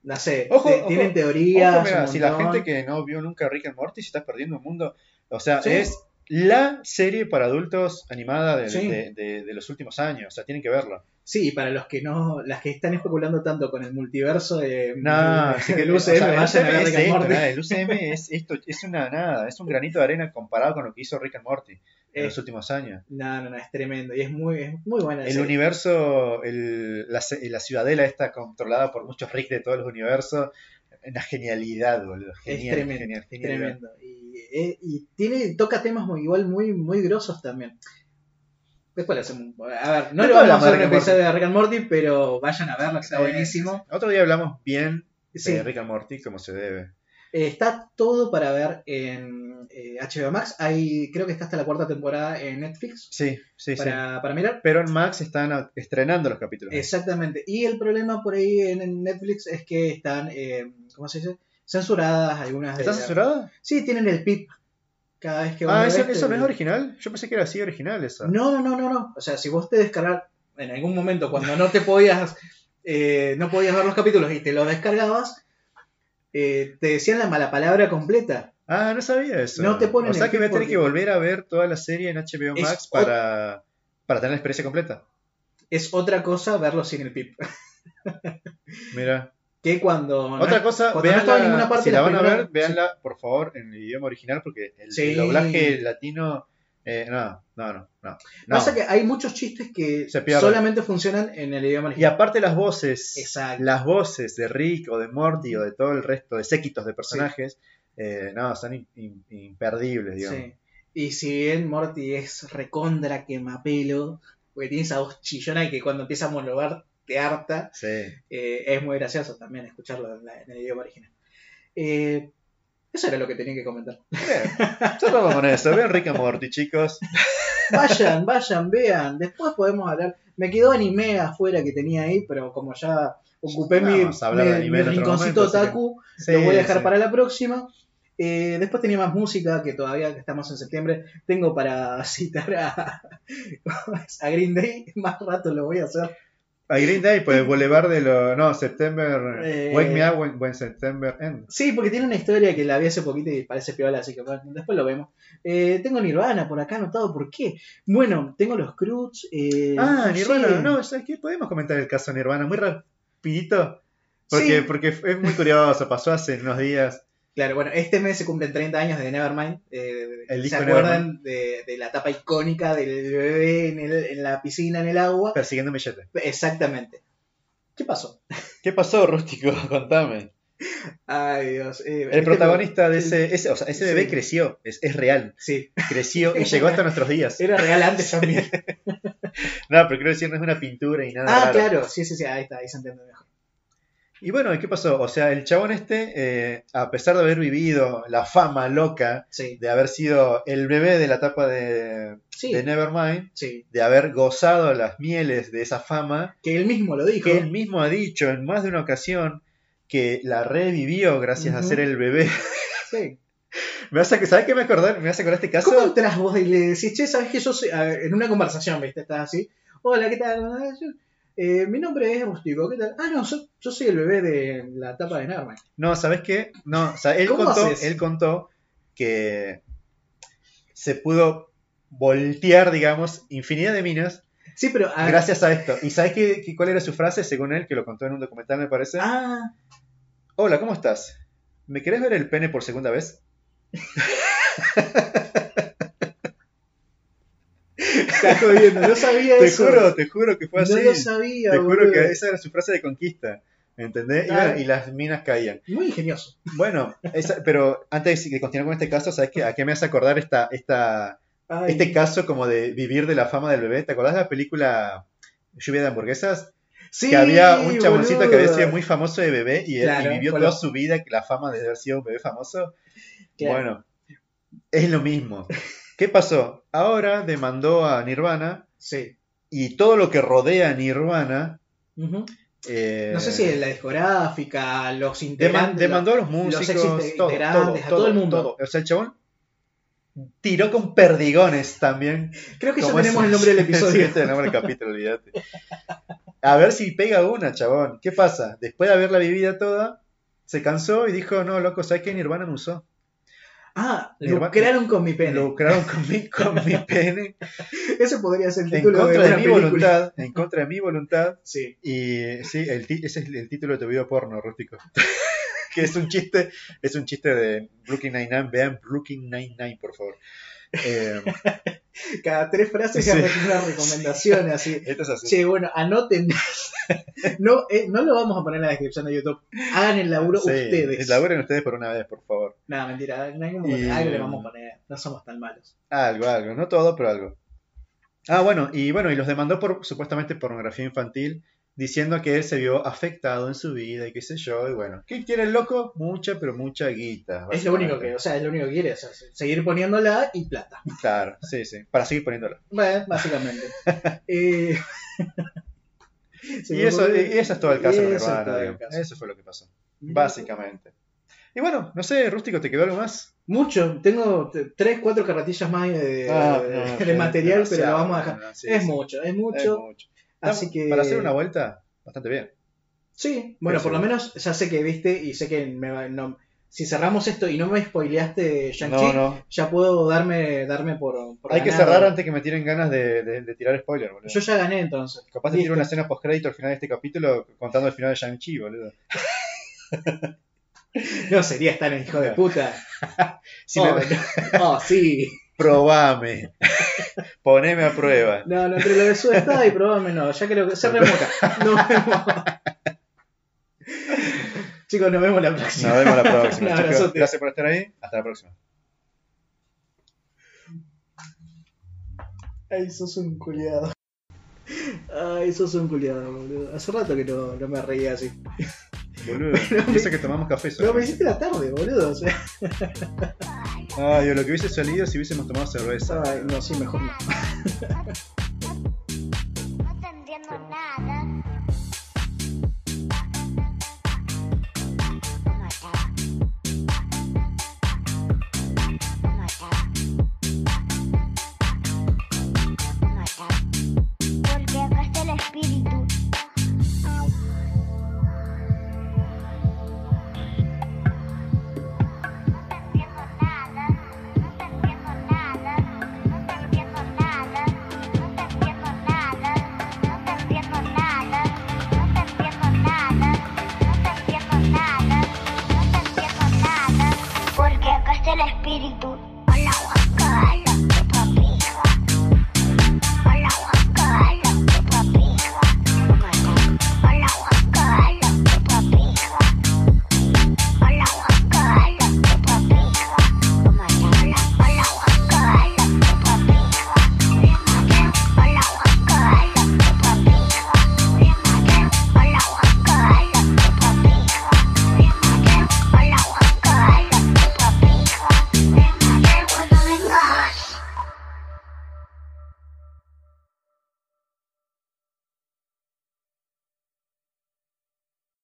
no sé,
Ojo,
te-
ojo,
tienen teorías.
Ojo, mira,
un
si la
montón.
gente que no vio nunca Rick and Morty se está perdiendo un mundo. O sea,
Sí.
es la serie para adultos animada de,
Sí.
de- de- de los últimos años. O sea, tienen que verla.
Sí, y para los que no, las que están especulando tanto con el multiverso de
No,
de-
así que
del UCM,
o sea, el
vayan a
UCM
ver
es
Rick and
esto,
Morty.
nada, el UCM es esto, es una nada, es un granito de arena comparado con lo que hizo Rick and Morty en
Eh,
los últimos años.
No, no, no, es tremendo y es muy, es muy buena. la
El
serie.
universo, el- la, ce- la ciudadela está controlada por muchos Rick de todos los universos. Una genialidad, boludo. Genial,
tremendo,
genial, genial.
Tremendo. Y, eh, y tiene, toca temas muy, igual muy, muy grosos también. Después le hacemos un- A ver, no
Después
lo vamos a
hablamos de
hacer un
Rick and
episodio de Rick and Morty, pero vayan a verlo, que está buenísimo.
Otro día hablamos bien de
Sí,
Rick and Morty como se debe.
eh, está todo para ver en eh, HBO Max. Hay, creo que está hasta la cuarta temporada en Netflix
Sí, sí, sí.
para, para mirar.
Pero en Max están a- estrenando los capítulos.
Exactamente. Y el problema por ahí en en Netflix es que están, eh, ¿cómo se dice? Censuradas algunas de
¿Está
las-
censurado?
Sí, tienen el pip cada vez que van
Ah, eso, eso no es original. Yo pensé que era así original eso.
este No, no, no, no, no. O sea, si vos te descargas en algún momento cuando no te podías, eh, no podías ver los capítulos y te los descargabas, eh, te decían la mala palabra completa.
Ah, no sabía eso.
No te ponen
o sea
el
que voy a
feed
tener que
porque-
volver a ver toda la serie en HBO
Es
Max
ot-
para, para tener la experiencia completa.
Es otra cosa verlo sin el pip.
Mira.
Que cuando. no-
Otra cosa,
cuando no
veanla-
estaba en ninguna parte
si la
la
van a
primera-
ver, véanla, por favor, en el idioma original, porque el,
Sí.
el doblaje latino... eh, no, no, no, no. no.
Pasa que hay muchos chistes que
Se pierden.
solamente funcionan en el idioma
Y
original.
aparte las voces,
Exacto.
las voces de Rick o de Morty o de todo el resto de séquitos de personajes, eh, no, son in- in- imperdibles, digamos.
Sí. Y si bien Morty es recontra quemapelo, porque tiene esa voz chillona que cuando empieza a monologar te harta.
Sí.
Eh, es muy gracioso también escucharlo en, la- en el idioma original. Eh, eso era lo que tenía que comentar.
Bien, cerramos con eso. Vean Rick and Morty, chicos.
Vayan, vayan, vean. Después podemos hablar. Me quedó anime afuera que tenía ahí, pero como ya ocupé mi,
Vamos a hablar de
mi- mi
anime en otro
rinconcito
momento, así que-
otaku,
Sí,
lo voy a dejar
sí.
para la próxima. Eh, después tenía más música que todavía que estamos en septiembre. Tengo para citar a, a Green Day. Más rato lo voy a hacer.
A Green Day, pues el Boulevard de los. No, September.
Eh.
Wake Me Up When, when September Ends.
Sí, porque tiene una historia que la vi hace poquito y parece piola, así que bueno, después lo vemos. Eh, tengo Nirvana por acá anotado, ¿por qué? Bueno, tengo los Cruz. Eh,
Ah,
no
Nirvana.
sé.
No, ¿sabes qué? Podemos comentar el caso Nirvana muy rapidito. Porque,
Sí.
porque es muy curioso. Pasó hace unos días.
Claro, bueno, este mes se cumplen 30 años de Nevermind. eh,
El
¿Se
disco
acuerdan de, de la etapa icónica del bebé en, el- en la piscina, en el agua?
Persiguiendo billetes.
Exactamente. ¿Qué pasó?
¿Qué pasó, Rústico? Contame.
Ay, Dios. eh,
El
este-
protagonista de ese. ese- o sea, ese bebé
Sí.
creció. Es, es real.
Sí,
Creció y llegó hasta nuestros días.
era real antes también.
No, pero quiero decir, no es una pintura y nada.
ah,
raro.
claro, sí, sí, sí, ahí está, ahí se entiende mejor.
Y bueno, ¿y ¿qué pasó? O sea, el chabón este, eh, a pesar de haber vivido la fama loca,
Sí,
de haber sido el bebé de la etapa de,
sí,
de Nevermind,
sí.
de haber gozado las mieles de esa fama,
Que él mismo lo dijo.
que él mismo ha dicho en más de una ocasión que la revivió gracias a
Ujú.
ser el bebé.
Sí.
Me hace, ¿Sabes qué me acordar? Me hace acordar este caso.
¿Cómo entras vos y le decís, che, sabes que yo soy. a ver, en una conversación, ¿viste? Estás así. Hola, ¿qué tal? Ah, yo- eh, mi nombre es Rústico, ¿qué tal? Ah, no, yo, yo soy el bebé de la tapa de Narma.
No, ¿sabes qué? No, o sea, él
¿Cómo
contó,
haces?
él contó que se pudo voltear, digamos, infinidad de minas
Sí, pero. ah, a-
gracias a esto. ¿Y sabes qué, qué- cuál era su frase, según él, que lo contó en un documental, me parece?
Ah,
Hola, ¿cómo estás? ¿Me querés ver el pene por segunda vez?
estás jodiendo, no sabía
Te
eso.
juro, te juro que fue así.
No lo sabía,
te juro
boludo.
que esa era su frase de conquista. ¿Entendés? Y,
Claro.
bueno, y las minas caían.
Muy ingenioso.
Bueno, esa- pero antes de continuar con este caso, ¿sabes qué? ¿A qué me hace acordar esta, esta
Ay,
este caso como de vivir de la fama del bebé. ¿Te acordás de la película Lluvia de hamburguesas?
sí,
que había un chaboncito que había
boludo.
sido muy famoso de bebé y,
Claro,
y vivió
por
toda
lo-
su vida la fama de haber sido un bebé famoso.
Claro.
Bueno, es lo mismo. ¿Qué pasó? Ahora demandó a Nirvana
Sí.
y todo lo que rodea a Nirvana.
Ujú.
eh,
No sé si la discográfica, los
deman-
integrantes.
demandó a los
ex
músicos,
integrantes,
todo,
a
todo,
todo el mundo.
todo. O sea, el chabón tiró con perdigones también
Creo que ya
¿Cómo es?
tenemos el nombre del
Sí,
episodio.
este es el nombre del capítulo, olvídate. A ver si pega una, chabón. ¿Qué pasa? Después de haberla vivida toda, se cansó y dijo, no, loco, ¿sabes qué? Nirvana me usó.
Ah,
Nirvana-
lucraron con mi pene.
Lucraron con mi, con mi pene
Ese podría ser el
en
título de
contra de,
una
mi
película.
voluntad. En contra de mi voluntad.
Sí.
Y sí, el ti- ese es el título de tu video porno, rústico. que es un chiste, es un chiste de Brooklyn Nine-Nine. Vean Brooklyn Nine-Nine, por favor. Eh,
Cada tres frases
Sí.
ya haces una recomendación así.
esto es así.
Che, bueno, anoten. No, eh, no lo vamos a poner en la descripción de YouTube. Hagan el laburo
Sí,
ustedes.
Laburen ustedes por una vez, por favor.
Nada, mentira. en algún
Y-
momento Algo le vamos a poner. No somos tan malos.
Algo, algo, no todo, pero algo. Ah, bueno, y bueno, y los demandó por supuestamente pornografía infantil, diciendo que él se vio afectado en su vida y qué sé yo, y bueno. ¿Qué quiere el loco? Mucha, pero mucha guita.
Es lo único que, o sea, es lo único que quiere. o sea, seguir poniéndola y plata.
básicamente. Claro, sí, sí, para seguir poniéndolo.
Bueno, básicamente. Eh, se
Y
me
eso,
ocurre-
y eso es todo el caso
y
de
eso es
Nirvana,
todo el
digamos.
caso.
Eso fue lo que pasó, básicamente. Y bueno, no sé, Rústico, ¿te quedó algo más? Eh,
Mucho. Tengo t- tres, cuatro carretillas más de,
Ah,
de- de material, pero lo vamos a dejar. es, mucho, es mucho,
mucho.
Así que.
Para hacer una vuelta, bastante bien.
Sí, bueno,
Sí,
por
sí.
lo menos ya sé que viste y sé que me va- no- si cerramos esto y no me spoileaste Shang-Chi,
No, no.
ya puedo darme, darme por, por
Hay que
ganado.
cerrar antes que me tiren ganas de, de- de tirar spoiler, boludo.
Yo ya gané entonces.
Capaz te tiro una escena post-crédito al final de este capítulo contando el final de Shang-Chi, boludo.
No sería tan hijo de puta.
Si
oh,
me-
no. Oh, sí.
Probame. Poneme a prueba.
No, no, entre lo de su estado y probame, no. Ya creo que se remoca. Nos vemos. Chicos, nos vemos la próxima.
Nos vemos la próxima.
Un
chicos.
abrazote.
Gracias por estar ahí. Hasta la próxima.
Ay, sos un culiado. Ay, sos un culiado, boludo. Hace rato que no, no me reía así.
Boludo. Y eso que tomamos café
Pero me
solo.
hiciste la tarde, boludo. O sea,
Ay, o lo que hubiese salido si hubiésemos tomado cerveza.
ay, no, sí, mejor no.